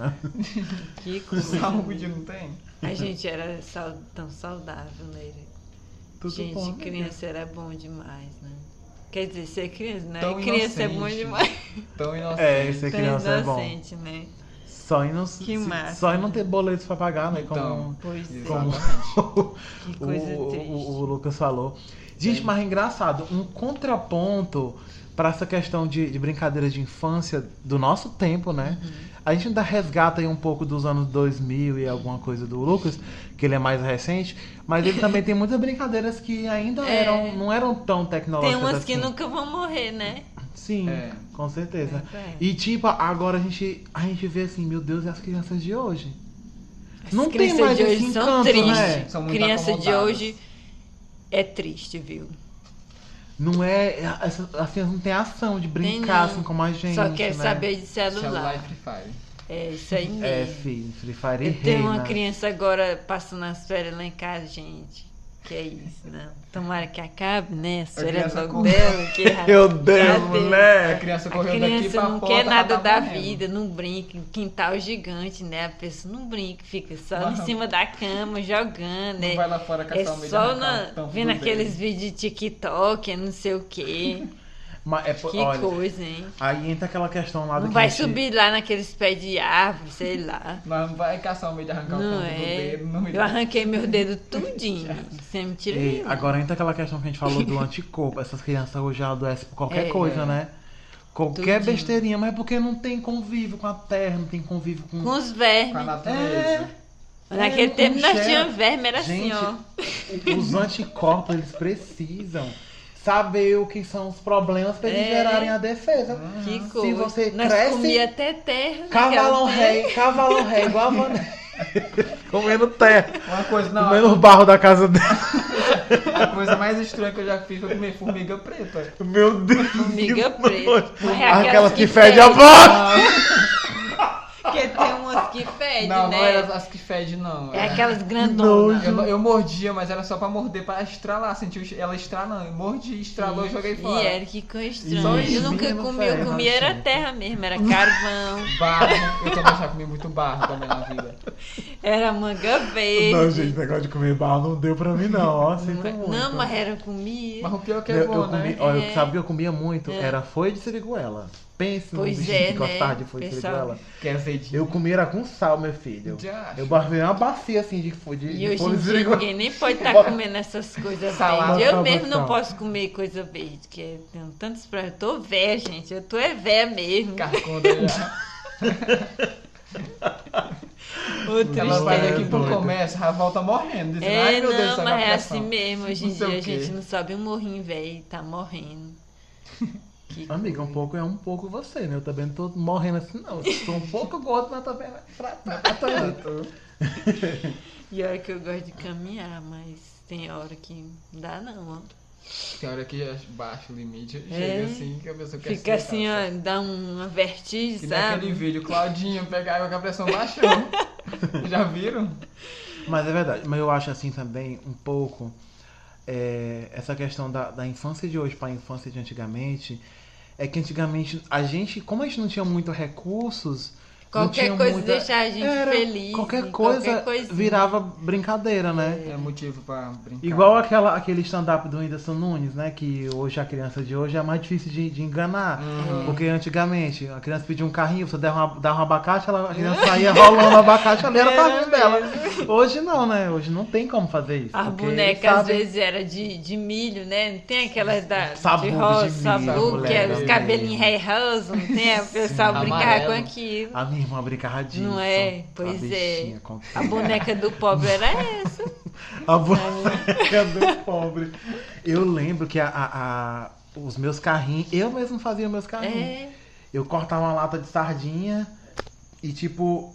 S5: Que coisa.
S4: Saúde não tem?
S5: A gente era sau- tão saudável, né?
S3: Tudo
S5: gente,
S3: bom, né?
S5: criança era bom demais, né? Quer dizer, ser criança, né?
S4: Tão
S5: criança é bom
S4: inocente.
S5: demais.
S4: Tão
S3: É,
S4: inocente.
S3: ser
S5: Tão
S3: criança é bom.
S5: inocente, né?
S3: Só em não, se-
S5: Que massa.
S3: só em não ter boletos pra pagar, né? Como...
S4: Então.
S5: Pois é,
S3: Como-
S5: que
S3: o,
S5: coisa
S3: o-
S5: triste.
S3: o- o Lucas falou. Gente, mas é engraçado, um contraponto para essa questão de, de brincadeira de infância do nosso tempo, né?
S5: Uhum.
S3: A gente ainda resgata aí um pouco dos anos 2000 e alguma coisa do Lucas, que ele é mais recente, mas ele também tem muitas brincadeiras que ainda
S5: É.
S3: eram não eram tão
S5: Tem
S3: tecnológicas
S5: umas
S3: assim.
S5: que nunca vão morrer, né?
S3: Sim,
S4: É.
S3: com certeza.
S5: É.
S3: E tipo, agora a gente a gente vê assim, meu Deus, e as crianças de hoje?
S5: As
S3: Não tem
S5: crianças
S3: mais
S5: de
S3: esse
S5: hoje são
S3: encanto,
S5: tristes.
S3: né?
S4: São muito
S5: criança de
S4: acomodadas.
S5: hoje é triste, viu?
S3: Não é. essa- Assim, não tem ação de brincar
S5: não.
S3: assim como a gente.
S5: Só quer
S3: né?
S5: saber de
S4: Celular é e
S5: celular.
S4: Free Fire.
S5: É isso aí mesmo.
S3: É, filho, Free Fire e
S5: Eu tenho uma
S3: reina.
S5: criança agora passando as férias lá em casa, gente. Que é isso, não. Tomara que acabe, né? As
S4: A
S5: férias
S4: criança
S5: logo
S4: com-
S5: dela. Que ra-
S3: Eu
S5: já
S3: devo,
S5: deu.
S4: A
S3: né?
S4: criança
S5: A
S4: correu daqui
S5: criança
S4: pra
S5: não
S4: porta,
S5: quer
S4: ela
S5: nada
S4: tá
S5: da
S4: morrendo.
S5: vida, não brinca. Um Quintal gigante, né? A pessoa não brinca, fica só
S4: Não.
S5: em cima da cama, jogando,
S4: Não
S5: né?
S4: vai lá fora caçar
S5: É
S4: um milho
S5: só
S4: na
S5: na-
S4: tampa do
S5: vendo
S4: dedo.
S5: aqueles vídeos de TikTok, é não sei o quê.
S3: Mas é, po-
S5: Que
S3: olha,
S5: coisa, hein?
S3: aí entra aquela questão lá do
S5: Não
S3: que
S5: vai
S3: a gente-
S5: subir lá naqueles pés de árvore, sei lá.
S4: Mas não vai caçar o meio de arrancar um o
S5: Não
S4: tampo do
S5: é.
S4: dedo. Não
S5: Eu arranquei meu dedo tudinho. Você me tira
S3: Ei,
S5: ele.
S3: agora entra aquela questão que a gente falou do anticorpo. Essas crianças hoje adoecem por qualquer
S5: É.
S3: coisa, né? Qualquer
S5: Tudinho.
S3: besteirinha, mas porque não tem convívio com É. a terra, não tem convívio com.
S5: Com os
S4: Com a
S5: vermes.
S4: natureza.
S5: Naquele tempo nós
S3: Michelle,
S5: tínhamos verme, era assim,
S3: um Gente,
S5: ó.
S3: os anticorpos, eles precisam saber o que são os problemas pra eles
S5: É.
S3: gerarem a defesa.
S5: Que
S3: Se
S5: coisa.
S3: você
S5: nós
S3: cresce-
S5: comia é até terra. né?
S3: Cavalão
S5: naquela
S3: rei, cavalão rei, igual a Vanessa. Comendo terra.
S4: Uma coisa, não,
S3: Comendo os barro da casa dela.
S4: a coisa mais estranha que eu já fiz foi comer formiga preta.
S3: Meu Deus.
S5: Formiga
S3: que
S5: preta.
S3: nojo.
S5: Mas é
S3: Aquela,
S5: aquelas
S3: que,
S5: que
S3: fede a
S5: fede.
S3: bosta.
S5: Porque tem umas que fedem,
S4: não,
S5: né?
S4: não era as que fede, não.
S5: É
S4: Era-
S5: aquelas grandonas.
S3: nojo.
S4: Eu, eu mordia, mas era só pra morder, pra estralar. Senti o che- ela estralando. Eu Mordi, estralou e joguei fora.
S5: E é. era que coisa
S3: Só
S5: estranha. Eu
S3: espinha
S5: nunca
S3: não
S5: comi, eu
S3: faz,
S5: comia era
S3: gente.
S5: terra mesmo, era carvão,
S4: Barro. Eu também já comi muito barro também na vida.
S5: era manga verde.
S3: Não, gente, negócio de comer barro não deu pra mim, não. Ó, sinto
S5: Não,
S3: muito.
S5: não, mas era comia.
S4: Mas o pior é que
S3: Eu,
S4: é
S3: eu
S4: bom, né?
S3: comi, ó, eu
S5: É.
S3: sabia que eu comia muito. Era folha de seriguela. Pense
S5: Pois
S3: no bichinho
S5: é,
S3: que
S5: né,
S3: gostava de folha de
S5: pessoal?
S3: seriguela.
S4: Que é azedinho.
S3: Eu comia era com sal, meu filho.
S4: Já
S3: Eu
S4: acho.
S3: barrei uma bacia assim de folha de,
S5: E
S3: de
S5: hoje
S3: folha
S5: em
S3: de
S5: dia
S3: seriguela.
S5: ninguém nem pode estar
S3: Bota-
S5: comendo essas coisas
S4: Salada.
S5: verdes. Eu
S3: Bota
S5: mesmo não
S3: sal.
S5: posso comer coisa verde, que é, tem tantos pra... Eu tô véia, gente. Eu tô é véia mesmo.
S4: Carcunda já.
S5: Ô, tristeza.
S4: Ela vai daqui pro
S3: doida.
S4: comércio, ela volta morrendo. Dizendo,
S5: É,
S4: Ai, meu Deus,
S5: não,
S4: essa
S5: mas é
S4: pressão."
S5: assim mesmo. Hoje
S4: Não
S5: em
S4: sei
S5: dia
S4: o
S5: a
S4: quê.
S5: gente não sobe um morrinho, velho. Tá morrendo. Que
S3: Amiga, um
S5: coisa.
S3: pouco é um pouco você, né? Eu também não tô morrendo assim, não. Eu sou um pouco gordo, mas também é fraco.
S5: E olha que eu gosto de caminhar, mas tem hora que não dá não, ó.
S4: Tem hora que já baixa o é limite,
S5: É.
S4: chega assim que a pessoa quer
S5: Fica
S4: se
S5: assim,
S4: deitar,
S5: ó, dá uma vertigem,
S4: Que naquele
S5: sabe?
S4: vídeo, Claudinho pegar água com a pressão baixando. Já viram?
S3: Mas é verdade. Mas eu acho assim também um pouco é, essa questão da, da infância de hoje para a infância de antigamente. É que antigamente a gente, como a gente não tinha muito recursos, não
S5: Qualquer
S3: tinha
S5: coisa
S3: muita-
S5: deixar a gente
S3: Era,
S5: feliz.
S3: Qualquer
S5: e
S3: coisa
S5: qualquer coisinha.
S3: virava brincadeira, né?
S4: É motivo pra brincar.
S3: Igual aquela, aquele stand-up do Whindersson Nunes, né? Que hoje a criança de hoje é mais difícil de, de enganar.
S4: Uhum.
S3: Porque antigamente a criança pedia um carrinho, você dava, uma- dava um abacate, ela, a criança saía rolando o abacate ali, era o
S5: Era
S3: carrinho dela. Hoje não, né? Hoje não tem como fazer isso.
S5: As
S3: porque
S5: bonecas às
S3: sabe-
S5: vezes era de, de milho, né? Não tem aquelas da,
S3: Sabugo
S5: de
S3: de
S5: rosa,
S3: milho,
S5: sabugo, que
S3: mulher,
S5: é os
S3: é.
S5: cabelinhos rei rosa, não tem? O pessoal brincava
S4: Amarelo.
S5: com aquilo.
S3: A minha irmã brincava disso.
S5: Não é?
S3: a
S5: Pois
S3: bichinha,
S5: é.
S3: com-
S5: A boneca do pobre era essa.
S3: A boneca do pobre. Eu lembro que a, a- a- os meus carrinhos, eu mesmo fazia meus carrinhos.
S5: É.
S3: Eu cortava uma lata de sardinha e, tipo,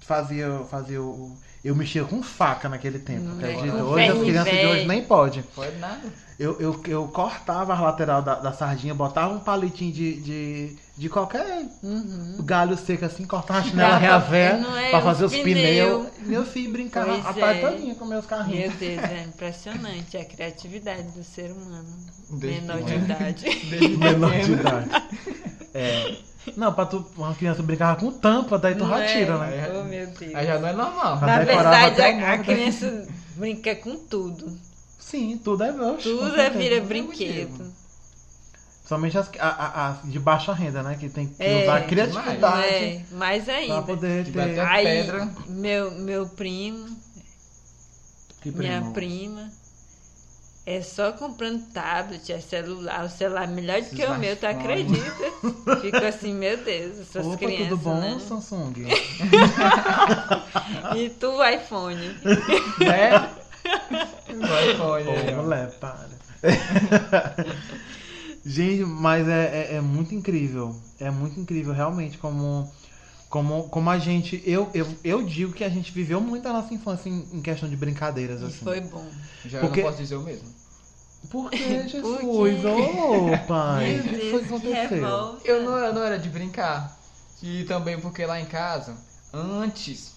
S3: fazia, fazia o. Eu mexia com faca naquele tempo.
S5: Não é,
S3: acredita?
S5: com
S3: Hoje as
S5: ferro e
S3: crianças de hoje
S5: velho.
S3: nem podem.
S4: Pode nada.
S3: Eu, eu, eu cortava as lateral da, da sardinha, botava um palitinho de, de, de qualquer
S5: Uhum.
S3: galho seco assim, cortava a chinela
S5: Dava-
S3: reavé
S5: não é,
S3: pra
S5: os
S3: fazer os pneus.
S5: pneu.
S3: Meu filho brincava
S5: Pois
S3: a tarde
S5: é.
S3: todinha com meus carrinhos.
S5: Meu Deus, é impressionante a criatividade do ser humano.
S4: Desde
S5: Menor de
S4: pequeno.
S5: idade.
S4: Desde
S3: Menor de
S4: pequeno.
S3: idade. É. Não, pra tu, uma criança brincava com tampa, daí tu
S5: Não é?
S3: ratira, né?
S5: Oh, meu Deus.
S4: Aí já não é normal.
S3: Tá
S5: Na
S3: decorava
S5: verdade,
S3: até o
S5: a, a
S3: nome da-
S5: criança brinca com tudo.
S3: Sim, tudo é meu.
S5: Tudo é vira
S4: não é
S5: brinquedo.
S4: motivo.
S3: Somente as, a- a- as de baixa renda, né? Que tem que
S5: É,
S3: usar a
S5: Não
S3: criatividade
S5: é? Mais
S3: pra
S5: ainda.
S3: poder
S4: Que vai
S3: ter.
S4: até-
S5: Aí,
S4: pedra.
S5: meu, meu primo,
S3: Que
S5: minha
S3: primo.
S5: prima, é só comprando tablet, é celular. O celular melhor do que o meu, tu
S4: smartphone.
S5: acredita? Fico assim, meu Deus, essas
S3: Opa,
S5: crianças.
S3: tudo bom,
S5: né?
S3: Samsung?
S5: E tu, iPhone.
S4: Né? Vai, põe aí,
S3: Ô,
S4: ó.
S3: mulher, para. Gente, mas é, é, é muito incrível. É muito incrível, realmente, como, como, como a gente. Eu, eu, eu digo que a gente viveu muito a nossa infância em, em questão de brincadeiras,
S5: E
S3: assim.
S5: foi bom.
S4: Já
S3: Porque-
S4: não posso dizer o mesmo.
S3: Por que, Jesus?
S5: Por quê?
S3: Ô, pai! O que
S5: Meu
S3: foi que
S5: Deus, que
S3: aconteceu?
S5: revolta.
S4: Eu não, eu não era de brincar. E também porque lá em casa, antes,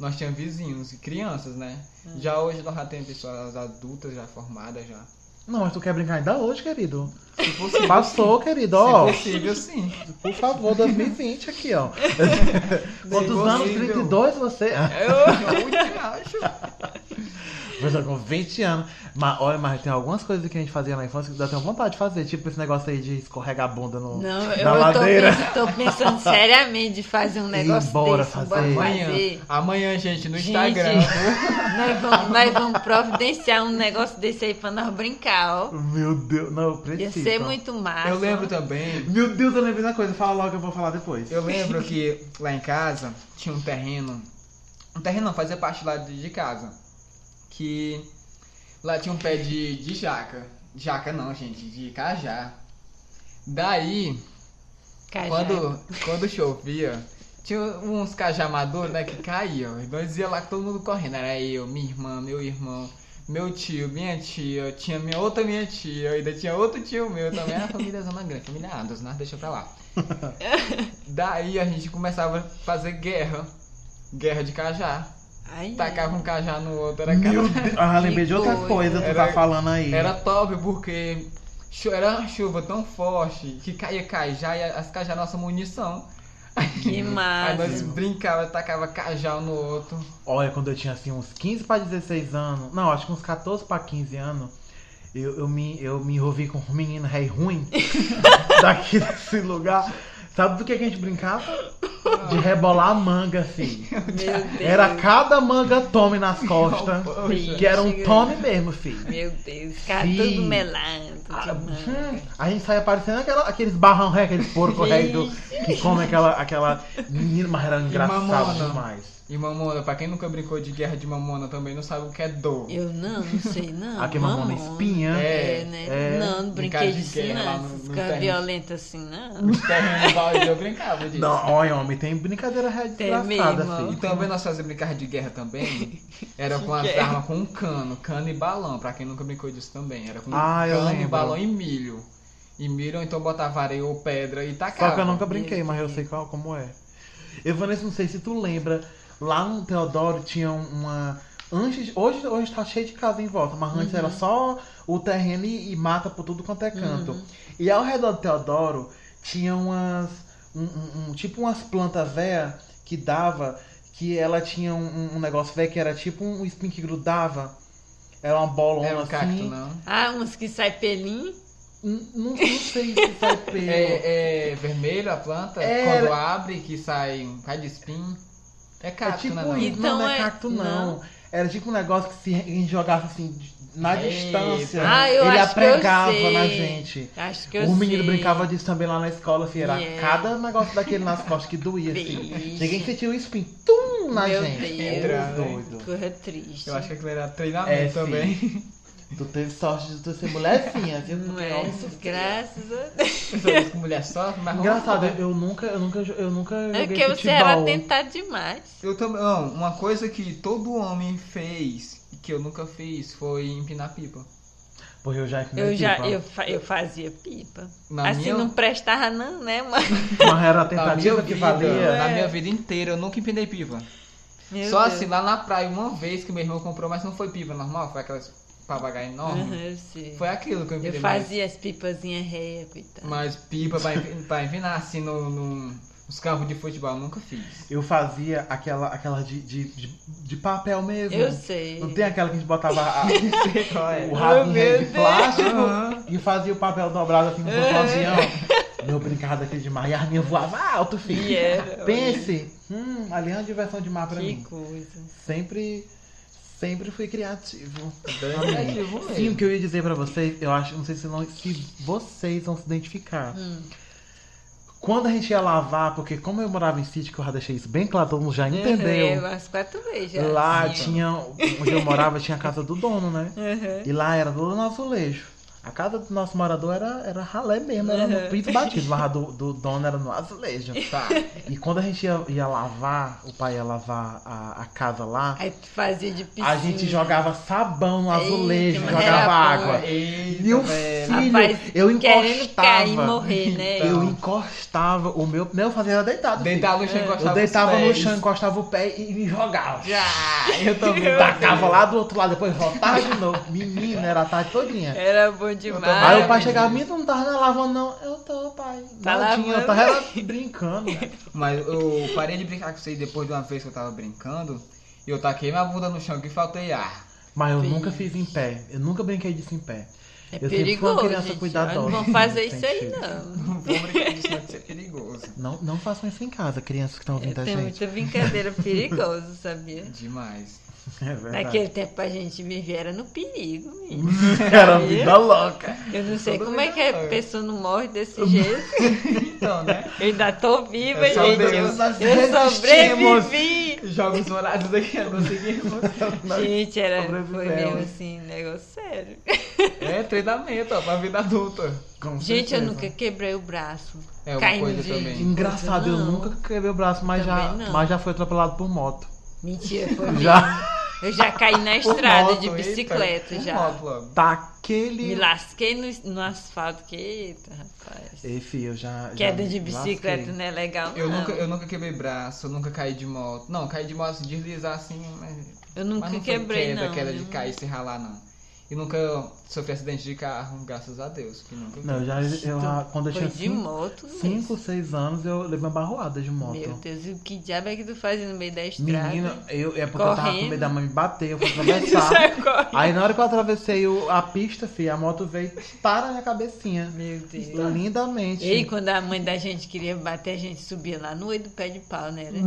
S4: nós tínhamos vizinhos e crianças, né?
S5: Hum.
S4: Já hoje nós já temos pessoas adultas já formadas já.
S3: Não, mas tu quer brincar ainda hoje, querido?
S4: Se possível,
S3: Passou, querido, ó.
S4: se possível sim.
S3: Por favor, 2020 aqui, ó. Quantos
S4: possível.
S3: anos? 32 você?
S4: Eu, eu acho.
S3: Mas eu com 20 anos. Mas olha, mas tem algumas coisas que a gente fazia na infância que dá até vontade de fazer. Tipo esse negócio aí de escorregar a bunda no,
S5: Não, eu,
S3: na
S5: eu tô,
S3: ladeira.
S5: pens- tô pensando seriamente de fazer um negócio
S3: bora
S5: desse.
S3: fazer.
S5: Bora
S4: Amanhã,
S5: fazer.
S4: amanhã, gente, no
S5: Gente.
S4: Instagram.
S5: Nós vamos, nós vamos providenciar um negócio desse aí pra nós brincar, ó.
S3: Meu Deus, não, eu
S5: Ia
S3: preciso.
S5: ser muito massa.
S4: Eu lembro também
S3: Meu Deus, eu lembrei da coisa. Fala logo, eu vou falar depois.
S4: Eu lembro que lá em casa tinha um terreno Um terreno não, fazia parte lá de, de casa. Que lá tinha um pé de, de jaca. Jaca não, gente, de cajá. Daí,
S5: Cajá.
S4: quando, quando chovia, tinha uns cajá maduro, né, que caíam. E nós ia lá todo mundo correndo. Era eu, minha irmã, meu irmão, meu tio, minha tia, tinha minha outra minha tia, ainda tinha outro tio meu também. Era a família Zona Grande, família Adams, né? Deixa pra lá. Daí a gente começava a fazer guerra. Guerra de cajá.
S5: Ai,
S4: Tacava um cajá no outro, era
S3: Meu
S4: cada...
S3: Deus. Ah, lembrei de outra
S5: Que
S3: coisa que tu
S4: Era-
S3: tá falando aí.
S4: Era top porque cho- era uma chuva tão forte que caía cajá e as cajá era nossa munição.
S5: que
S4: Aí
S5: massa.
S4: nós brincava, tacava cajá um no outro.
S3: Olha, quando eu tinha assim uns 15 para 16 anos, não, acho que uns 14 para 15 anos, eu, eu, me, eu me envolvi com um menino rei ruim daqui desse lugar. Sabe do que, que a gente brincava? De rebolar a manga, filho.
S5: Meu Deus.
S3: Era cada manga tome nas costas.
S5: Poxa.
S3: que era um
S5: Chega.
S3: tome mesmo, filho.
S5: Meu Deus, cara
S3: Sim.
S5: todo melado. de
S3: Ah, hum,
S5: manga.
S3: A gente saía parecendo aquela- aqueles barrão ré, aqueles porco ré do- que come aquela, aquela. Menino, mas era engraçado
S4: mamona.
S3: demais.
S4: E mamona, pra quem nunca brincou de guerra de mamona também não sabe o que é dor.
S5: Eu não, não sei
S4: Ah,
S5: não.
S3: Aquele mamona espinha.
S5: Ah, É, né?
S3: É.
S5: não, não
S4: Brincar
S5: brinquei
S4: de
S5: disso
S4: guerra lá
S5: não.
S4: no-
S5: Essas
S4: no
S5: coisas
S4: terreno.
S5: violentas assim, não.
S4: Os terrenos balde eu brincava disso.
S3: Não, olha, homem, tem brincadeira ré desgraçada,
S5: mesmo, ó.
S4: E
S3: filho.
S4: também nós fazíamos brincar de guerra também. Era com as
S5: guerra.
S4: armas com um cano, cano e balão, pra quem nunca brincou disso também. Era com
S3: Ah, eu
S4: cano,
S3: lembro.
S4: balão e milho. E milho, ou então botava areia ou pedra e tacava.
S3: Só que eu nunca brinquei, mas eu sei qual, como é. Evanessa, não sei se tu lembra, lá no Teodoro tinha uma. Antes, hoje, hoje tá cheio de casa em volta, mas antes era só o terreno e, e mata por tudo quanto é canto. E ao redor do Teodoro tinha umas. um- um- um- tipo umas plantas véia que dava, que ela tinha um, um negócio velho que era tipo um espinho que grudava. Era uma bolona
S4: Era um cacto,
S3: assim.
S4: não.
S5: Ah, uns que sai pelinho.
S3: N- Não, não sei se sai pelo.
S4: É, é vermelho a planta,
S3: É,
S4: quando
S3: era-
S4: abre, que sai um cai de espinho. É
S3: É
S4: cacto,
S3: tipo
S4: né? Não?
S3: isso,
S5: Então
S3: não, não é
S5: é-
S3: cacto, não.
S5: não.
S3: Era tipo um negócio que se a gente jogasse assim, de- na
S4: Eita.
S3: distância.
S5: Ah, eu
S3: ele
S5: acho que eu
S3: apregava
S5: sei.
S3: na gente.
S5: Acho que eu
S3: o menino
S5: sei.
S3: brincava disso também lá na escola, filho. Era
S5: Yeah.
S3: cada negócio daquele nas costas que doía, assim.
S5: Vixe.
S3: Ninguém sentia o espinho. Tum, na
S5: Meu
S3: gente.
S5: Deus.
S4: né?
S3: Ô, doido.
S5: Coisa triste.
S4: Eu acho que aquilo era treinamento
S3: É, sim.
S4: também.
S3: Tu teve sorte de tu ser mulherzinha, viu?
S5: Não
S3: Porque
S5: é?
S3: homem sofria.
S5: Graças a Deus.
S4: Essas com mulher só, mas
S3: Engraçado, eu eu nunca, eu nunca, eu nunca
S5: É
S3: joguei
S5: porque
S3: futebol.
S5: você era tentado demais.
S4: né? Eu também. Não, uma coisa que todo homem fez e que eu nunca fiz foi empinar pipa.
S3: Porque eu já tipo,
S5: Eu já eu, fa- eu fazia pipa.
S4: Na
S5: assim
S4: minha-
S5: não prestava não, né, mano?
S3: Mas era a
S4: Na minha,
S3: tentativa que
S4: vida,
S3: valia.
S4: na minha vida inteira, eu nunca empinei pipa.
S5: Meu
S4: Só
S5: Deus.
S4: assim, lá na praia, uma vez que meu irmão comprou, mas não foi pipa normal, foi aquelas papagaia enorme.
S5: Aham, eu sei.
S4: Foi aquilo que eu empinei.
S5: Uhum. Eu
S4: mais.
S3: né?
S5: fazia as pipazinhas reia, coitado.
S4: Mas pipa pra, empin- pra empinar assim no, no- nos carros de futebol, eu nunca fiz.
S3: Eu fazia aquela, aquela de, de, de, de papel mesmo.
S5: Eu sei.
S3: Não tem aquela que a gente botava a-
S4: Qual é?
S3: o rabinho
S5: meu
S3: de
S5: Deus. É.
S3: plástico
S4: Aham.
S3: e fazia o papel dobrado assim no um avião. Meu brincava daquele demais. E a minha voava alto, filho.
S5: E era,
S3: Pense. Hum, ali é uma diversão demais pra
S5: Que
S3: mim.
S5: coisa.
S3: Sempre, sempre fui criativo.
S4: Bem
S3: Amém.
S4: criativo mesmo.
S3: Sim, o que eu ia dizer pra vocês, eu acho, não sei se, não, se vocês vão se identificar. Quando a gente ia lavar, porque como eu morava em sítio, que eu já deixei isso bem claro, todo mundo já entendeu.
S5: É, umas quatro vezes já.
S3: Lá
S5: assim, ó.
S3: tinha. Onde eu morava tinha a casa do dono, né?
S5: Aham.
S3: E lá era todo nosso azulejo. A casa do nosso morador era, era ralé mesmo, era no pinto batido, mas a do, do dono era no azulejo.
S4: Tá.
S3: E quando a gente ia, ia lavar, o pai ia lavar a, a casa lá,
S5: Aí tu fazia de piscina.
S3: a gente jogava sabão no azulejo,
S5: mas
S3: jogava
S5: era bom.
S3: água.
S4: Eita,
S3: Meu
S4: velho.
S3: filho,
S5: Rapaz,
S3: eu
S5: querendo cair e
S3: encostava. Então,
S5: morrer, né?
S3: Eu encostava o meu. Não, eu fazia era deitado. filho.
S4: Deitar no chão, encostava
S3: Eu
S4: os
S3: deitava no
S4: pés.
S3: chão, encostava o pé e me jogava.
S4: Ah, eu também.
S3: Tacava lá do outro lado, depois voltava de novo. Menina, era a tarde todinha.
S5: Era bom
S4: tava-
S3: Aí o
S5: demais.
S4: Ai,
S3: pai
S4: meu
S3: chegava, menina, tu não tava lavando, não. Eu tô, pai.
S5: Tá
S3: não tinha, eu
S5: lavando.
S3: tava era brincando. né?
S4: Mas eu parei de brincar com vocês depois de uma vez que eu tava brincando. E eu taquei minha bunda no chão que faltei ar.
S3: Mas eu nunca fiz em pé. Eu nunca brinquei disso em pé.
S5: É
S3: eu sempre fui uma
S5: perigoso,
S3: criança
S5: gente.
S3: cuidadosa.
S5: Não vão fazer
S3: Tem
S5: isso aí,
S3: jeito.
S5: não.
S4: Não vou brincar disso, não, que isso é perigoso.
S3: Não, não façam isso em casa, crianças que estão ouvindo a
S5: Tem
S3: gente.
S5: muita brincadeira perigosa, sabia?
S4: Demais.
S3: É verdade.
S5: Naquele tempo a gente vivia era no perigo, menino.
S3: Era vida louca.
S5: Eu não sei
S4: Todo
S5: como é
S4: mundo
S5: que a
S4: morre.
S5: pessoa não morre desse jeito.
S4: Então, né?
S5: Eu ainda tô viva,
S4: Eu sou
S5: gente.
S4: Deus,
S5: Eu,
S3: É nós
S5: eu
S3: resistimos.
S5: sobrevivi.
S4: Jogos Vorazes daqui a conseguimos.
S5: Gente, era, foi
S3: sobrevivemos.
S5: mesmo assim, negócio sério.
S4: É treinamento, ó, pra vida adulta.
S3: Com
S5: Gente, eu
S3: certeza.
S5: nunca quebrei o braço.
S4: É uma
S5: Caindo
S4: coisa
S5: de...
S4: também.
S3: Engraçado, eu
S5: Não.
S3: nunca quebrei o braço, mas já,
S5: Também não.
S3: mas já fui atropelado por moto.
S5: Mentira, foi mesmo.
S3: Já
S5: Eu já caí na
S4: Por
S5: estrada
S4: moto,
S5: de
S4: eita,
S5: bicicleta
S4: por
S5: já.
S4: moto logo.
S5: Me
S3: daquele.
S5: lasquei no, no asfalto, que eita, rapaz.
S3: Ei, filho, eu já. já
S5: Queda
S3: me
S5: de bicicleta
S3: lasquei.
S5: não é legal,
S4: Eu
S5: não.
S4: nunca, eu nunca quebrei braço, eu nunca caí de moto. Não, caí de moto, assim, deslizar assim, mas
S5: Eu nunca
S4: Mas não foi
S5: quebrei,
S4: queda,
S5: não. né?
S4: queda de
S5: viu?
S4: cair e se ralar, não. E nunca sofri acidente de carro, graças a Deus. Que nunca.
S3: Não, eu já, eu, já- quando eu
S5: Foi
S3: tinha
S5: de
S3: cinco,
S5: moto,
S3: cinco, seis anos, eu levei uma barroada de moto.
S5: Meu Deus, e o que diabo é que tu faz no meio da estrada?
S3: Menina, eu, é porque eu tava com
S5: Correndo. é
S3: medo da mãe me bater, eu fui
S5: Tu
S3: atravessar.
S5: saiu correndo.
S3: Aí na hora que eu atravessei o- a pista, filha, a moto veio para na minha cabecinha.
S5: Meu Deus.
S3: Lindamente.
S5: E quando a mãe da gente queria bater, a gente subia lá no olho do pé de pau, né? né?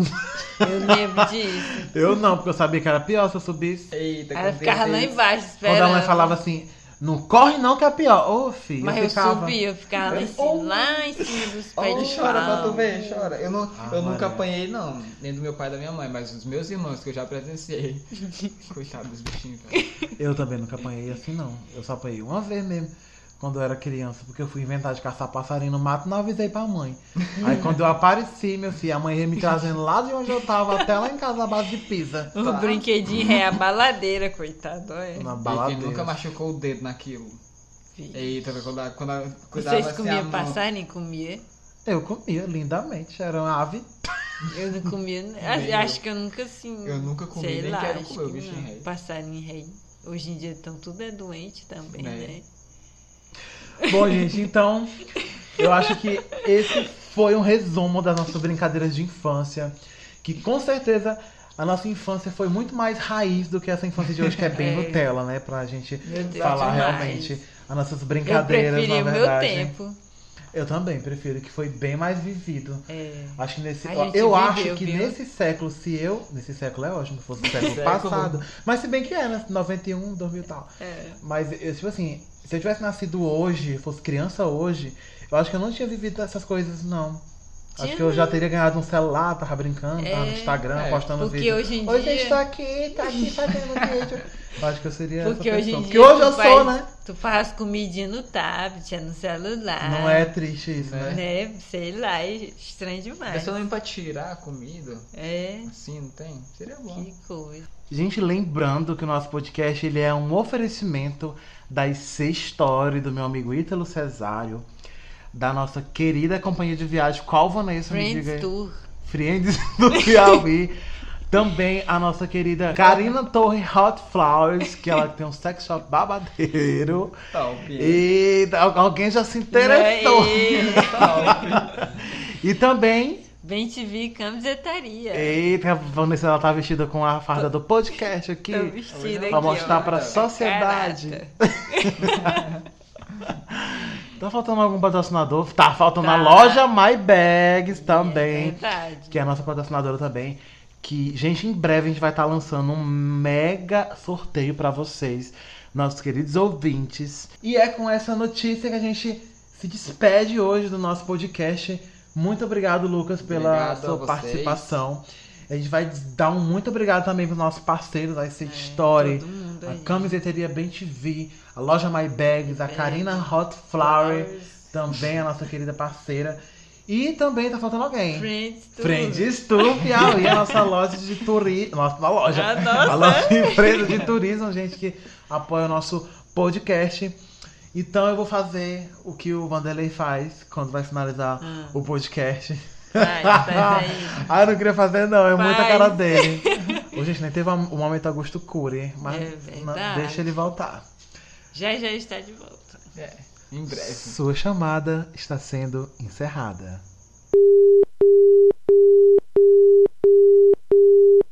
S5: Eu lembro disso.
S3: Eu não, porque eu sabia que era pior se eu subisse.
S4: Eita,
S5: Aí eu
S4: com
S5: ficava lá
S4: certeza.
S5: embaixo
S3: Quando
S5: esperando.
S3: a mãe falava assim, não corre não que é pior. Ô, filho,
S5: Mas
S3: eu,
S5: eu
S3: ficava...
S5: subia, eu ficava lá em cima,
S4: Oh.
S5: lá em cima dos
S4: Oh,
S5: pés de pau.
S4: chora pra tu ver, chora. Eu, não,
S3: Ah,
S4: eu nunca
S3: Maria.
S4: apanhei, não. Nem do meu pai e da minha mãe, mas dos meus irmãos que eu já presenciei. Coitado dos bichinhos, velho.
S3: Eu também nunca apanhei assim, não. Eu só apanhei uma vez mesmo, quando eu era criança, porque eu fui inventar de caçar passarinho no mato e não avisei pra mãe. Aí quando eu apareci, meu filho, a mãe ia me trazendo lá de onde eu tava até lá em casa, à base de pizza.
S4: Tá.
S5: O Um brinquedinho é a baladeira, coitado. é. olha.
S3: Na
S4: E quem
S3: baladeira.
S4: nunca machucou o dedo naquilo.
S5: Filho.
S4: Eita, velho, quando, a- quando a- É, cuidava
S5: Vocês
S4: assim a
S5: comiam
S4: mão.
S5: passarinho? Comia.
S3: Eu comia lindamente, era uma ave.
S5: Eu não comia.
S4: Nem
S5: a- acho que eu nunca assim.
S4: Eu nunca comi,
S5: sei
S4: nem
S5: lá,
S4: quero
S5: acho
S4: comer o
S5: que
S4: bichinho
S5: não.
S4: rei.
S5: Passarinho rei. Hoje em dia então tudo é doente também,
S4: Né?
S5: né?
S3: Bom, gente, então eu acho que esse foi um resumo das nossas brincadeiras de infância. Que com certeza a nossa infância foi muito mais raiz do que essa infância de hoje, que é bem
S5: É.
S3: Nutella, né? Pra gente
S5: Meu Deus,
S3: falar
S5: demais.
S3: realmente as nossas
S5: Eu
S3: brincadeiras,
S5: preferi o
S3: na
S5: meu
S3: verdade.
S5: tempo.
S3: Eu também prefiro, que foi bem mais vivido.
S5: É.
S3: Acho que nesse.
S5: A gente
S3: eu
S5: viveu,
S3: acho que
S5: viu?
S3: nesse século, se eu. Nesse século é ótimo, se fosse o século
S4: Século.
S3: passado. Mas se bem que é, né? 91, 2000 e tal.
S5: É.
S3: Mas, eu, tipo assim, se eu tivesse nascido hoje, fosse criança hoje, eu acho que eu não tinha vivido essas coisas, não. Acho
S5: Tinha
S3: que eu já teria ganhado um celular, tava brincando, tava no Instagram,
S4: É,
S3: postando
S5: porque
S3: vídeo.
S5: hoje em
S3: Hoje eu
S5: dia-
S3: estou aqui, tá aqui fazendo vídeo. Eu acho que eu seria
S5: Porque
S3: essa
S5: hoje
S3: pessoa.
S5: em
S3: porque
S5: dia.
S3: hoje
S5: tu
S3: eu sou,
S5: faz-
S3: né?
S5: Tu faz comidinha no tablet, é no celular.
S3: Não é triste isso, né?
S5: Né? Sei lá, é estranho
S4: É
S5: demais.
S4: só nem pra tirar a comida,
S5: É,
S4: assim, não tem? Seria bom.
S5: que coisa.
S3: Gente, lembrando que o nosso podcast ele é um oferecimento das C Story do meu amigo Ítalo Cesário, da nossa querida companhia de viagem, qual Vanessa me diga?
S5: Friends
S3: aí?
S5: Tour.
S3: Friends do Piauí. Também a nossa querida Karina Torre Hot Flowers, que ela tem um sex shop babadeiro.
S4: Top.
S3: E al- alguém já se interessou.
S5: É,
S4: Top.
S3: E também,
S5: Bem te vi, camisetaria.
S3: É, eita, a Vanessa ela tá vestida com a farda do podcast aqui.
S5: Tô vestida
S3: Pra
S5: aqui,
S3: mostrar
S5: ó.
S3: pra sociedade.
S5: Caraca.
S3: Tá faltando algum patrocinador? Tá faltando a
S5: Tá.
S3: loja My Bags
S5: É
S3: também,
S5: verdade.
S3: que é a nossa patrocinadora também. Que, gente, em breve a gente vai estar lançando um mega sorteio pra vocês, nossos queridos ouvintes. E é com essa notícia que a gente se despede hoje do nosso podcast. Muito obrigado, Lucas, pela
S4: Obrigado a
S3: sua
S4: vocês.
S3: participação. A gente vai dar um muito obrigado também pro nosso parceiro da Ice Story.
S5: Todo mundo
S3: A
S5: aí.
S3: camiseteria Bem TV, a loja My Bags, a
S5: Bags.
S3: Karina Hot Flower, também a nossa querida parceira. E também tá faltando alguém.
S5: Friends Tour.
S3: Friend Stup, a nossa loja de turismo. Nossa, a loja.
S5: A Ah, nossa. é?
S3: nossa empresa de turismo, gente, que apoia o nosso podcast. Então eu vou fazer o que o Vanderlei faz quando vai finalizar
S5: Ah.
S3: o podcast.
S5: Vai, faz aí.
S3: Ah, eu não queria fazer, não. É muita
S5: Faz.
S3: cara dele. Ô, gente, nem teve um momento Augusto Cury, mas
S5: É
S3: na-
S5: verdade.
S3: deixa ele voltar.
S5: Já já está de volta.
S4: É, em breve.
S3: Sua chamada está sendo encerrada.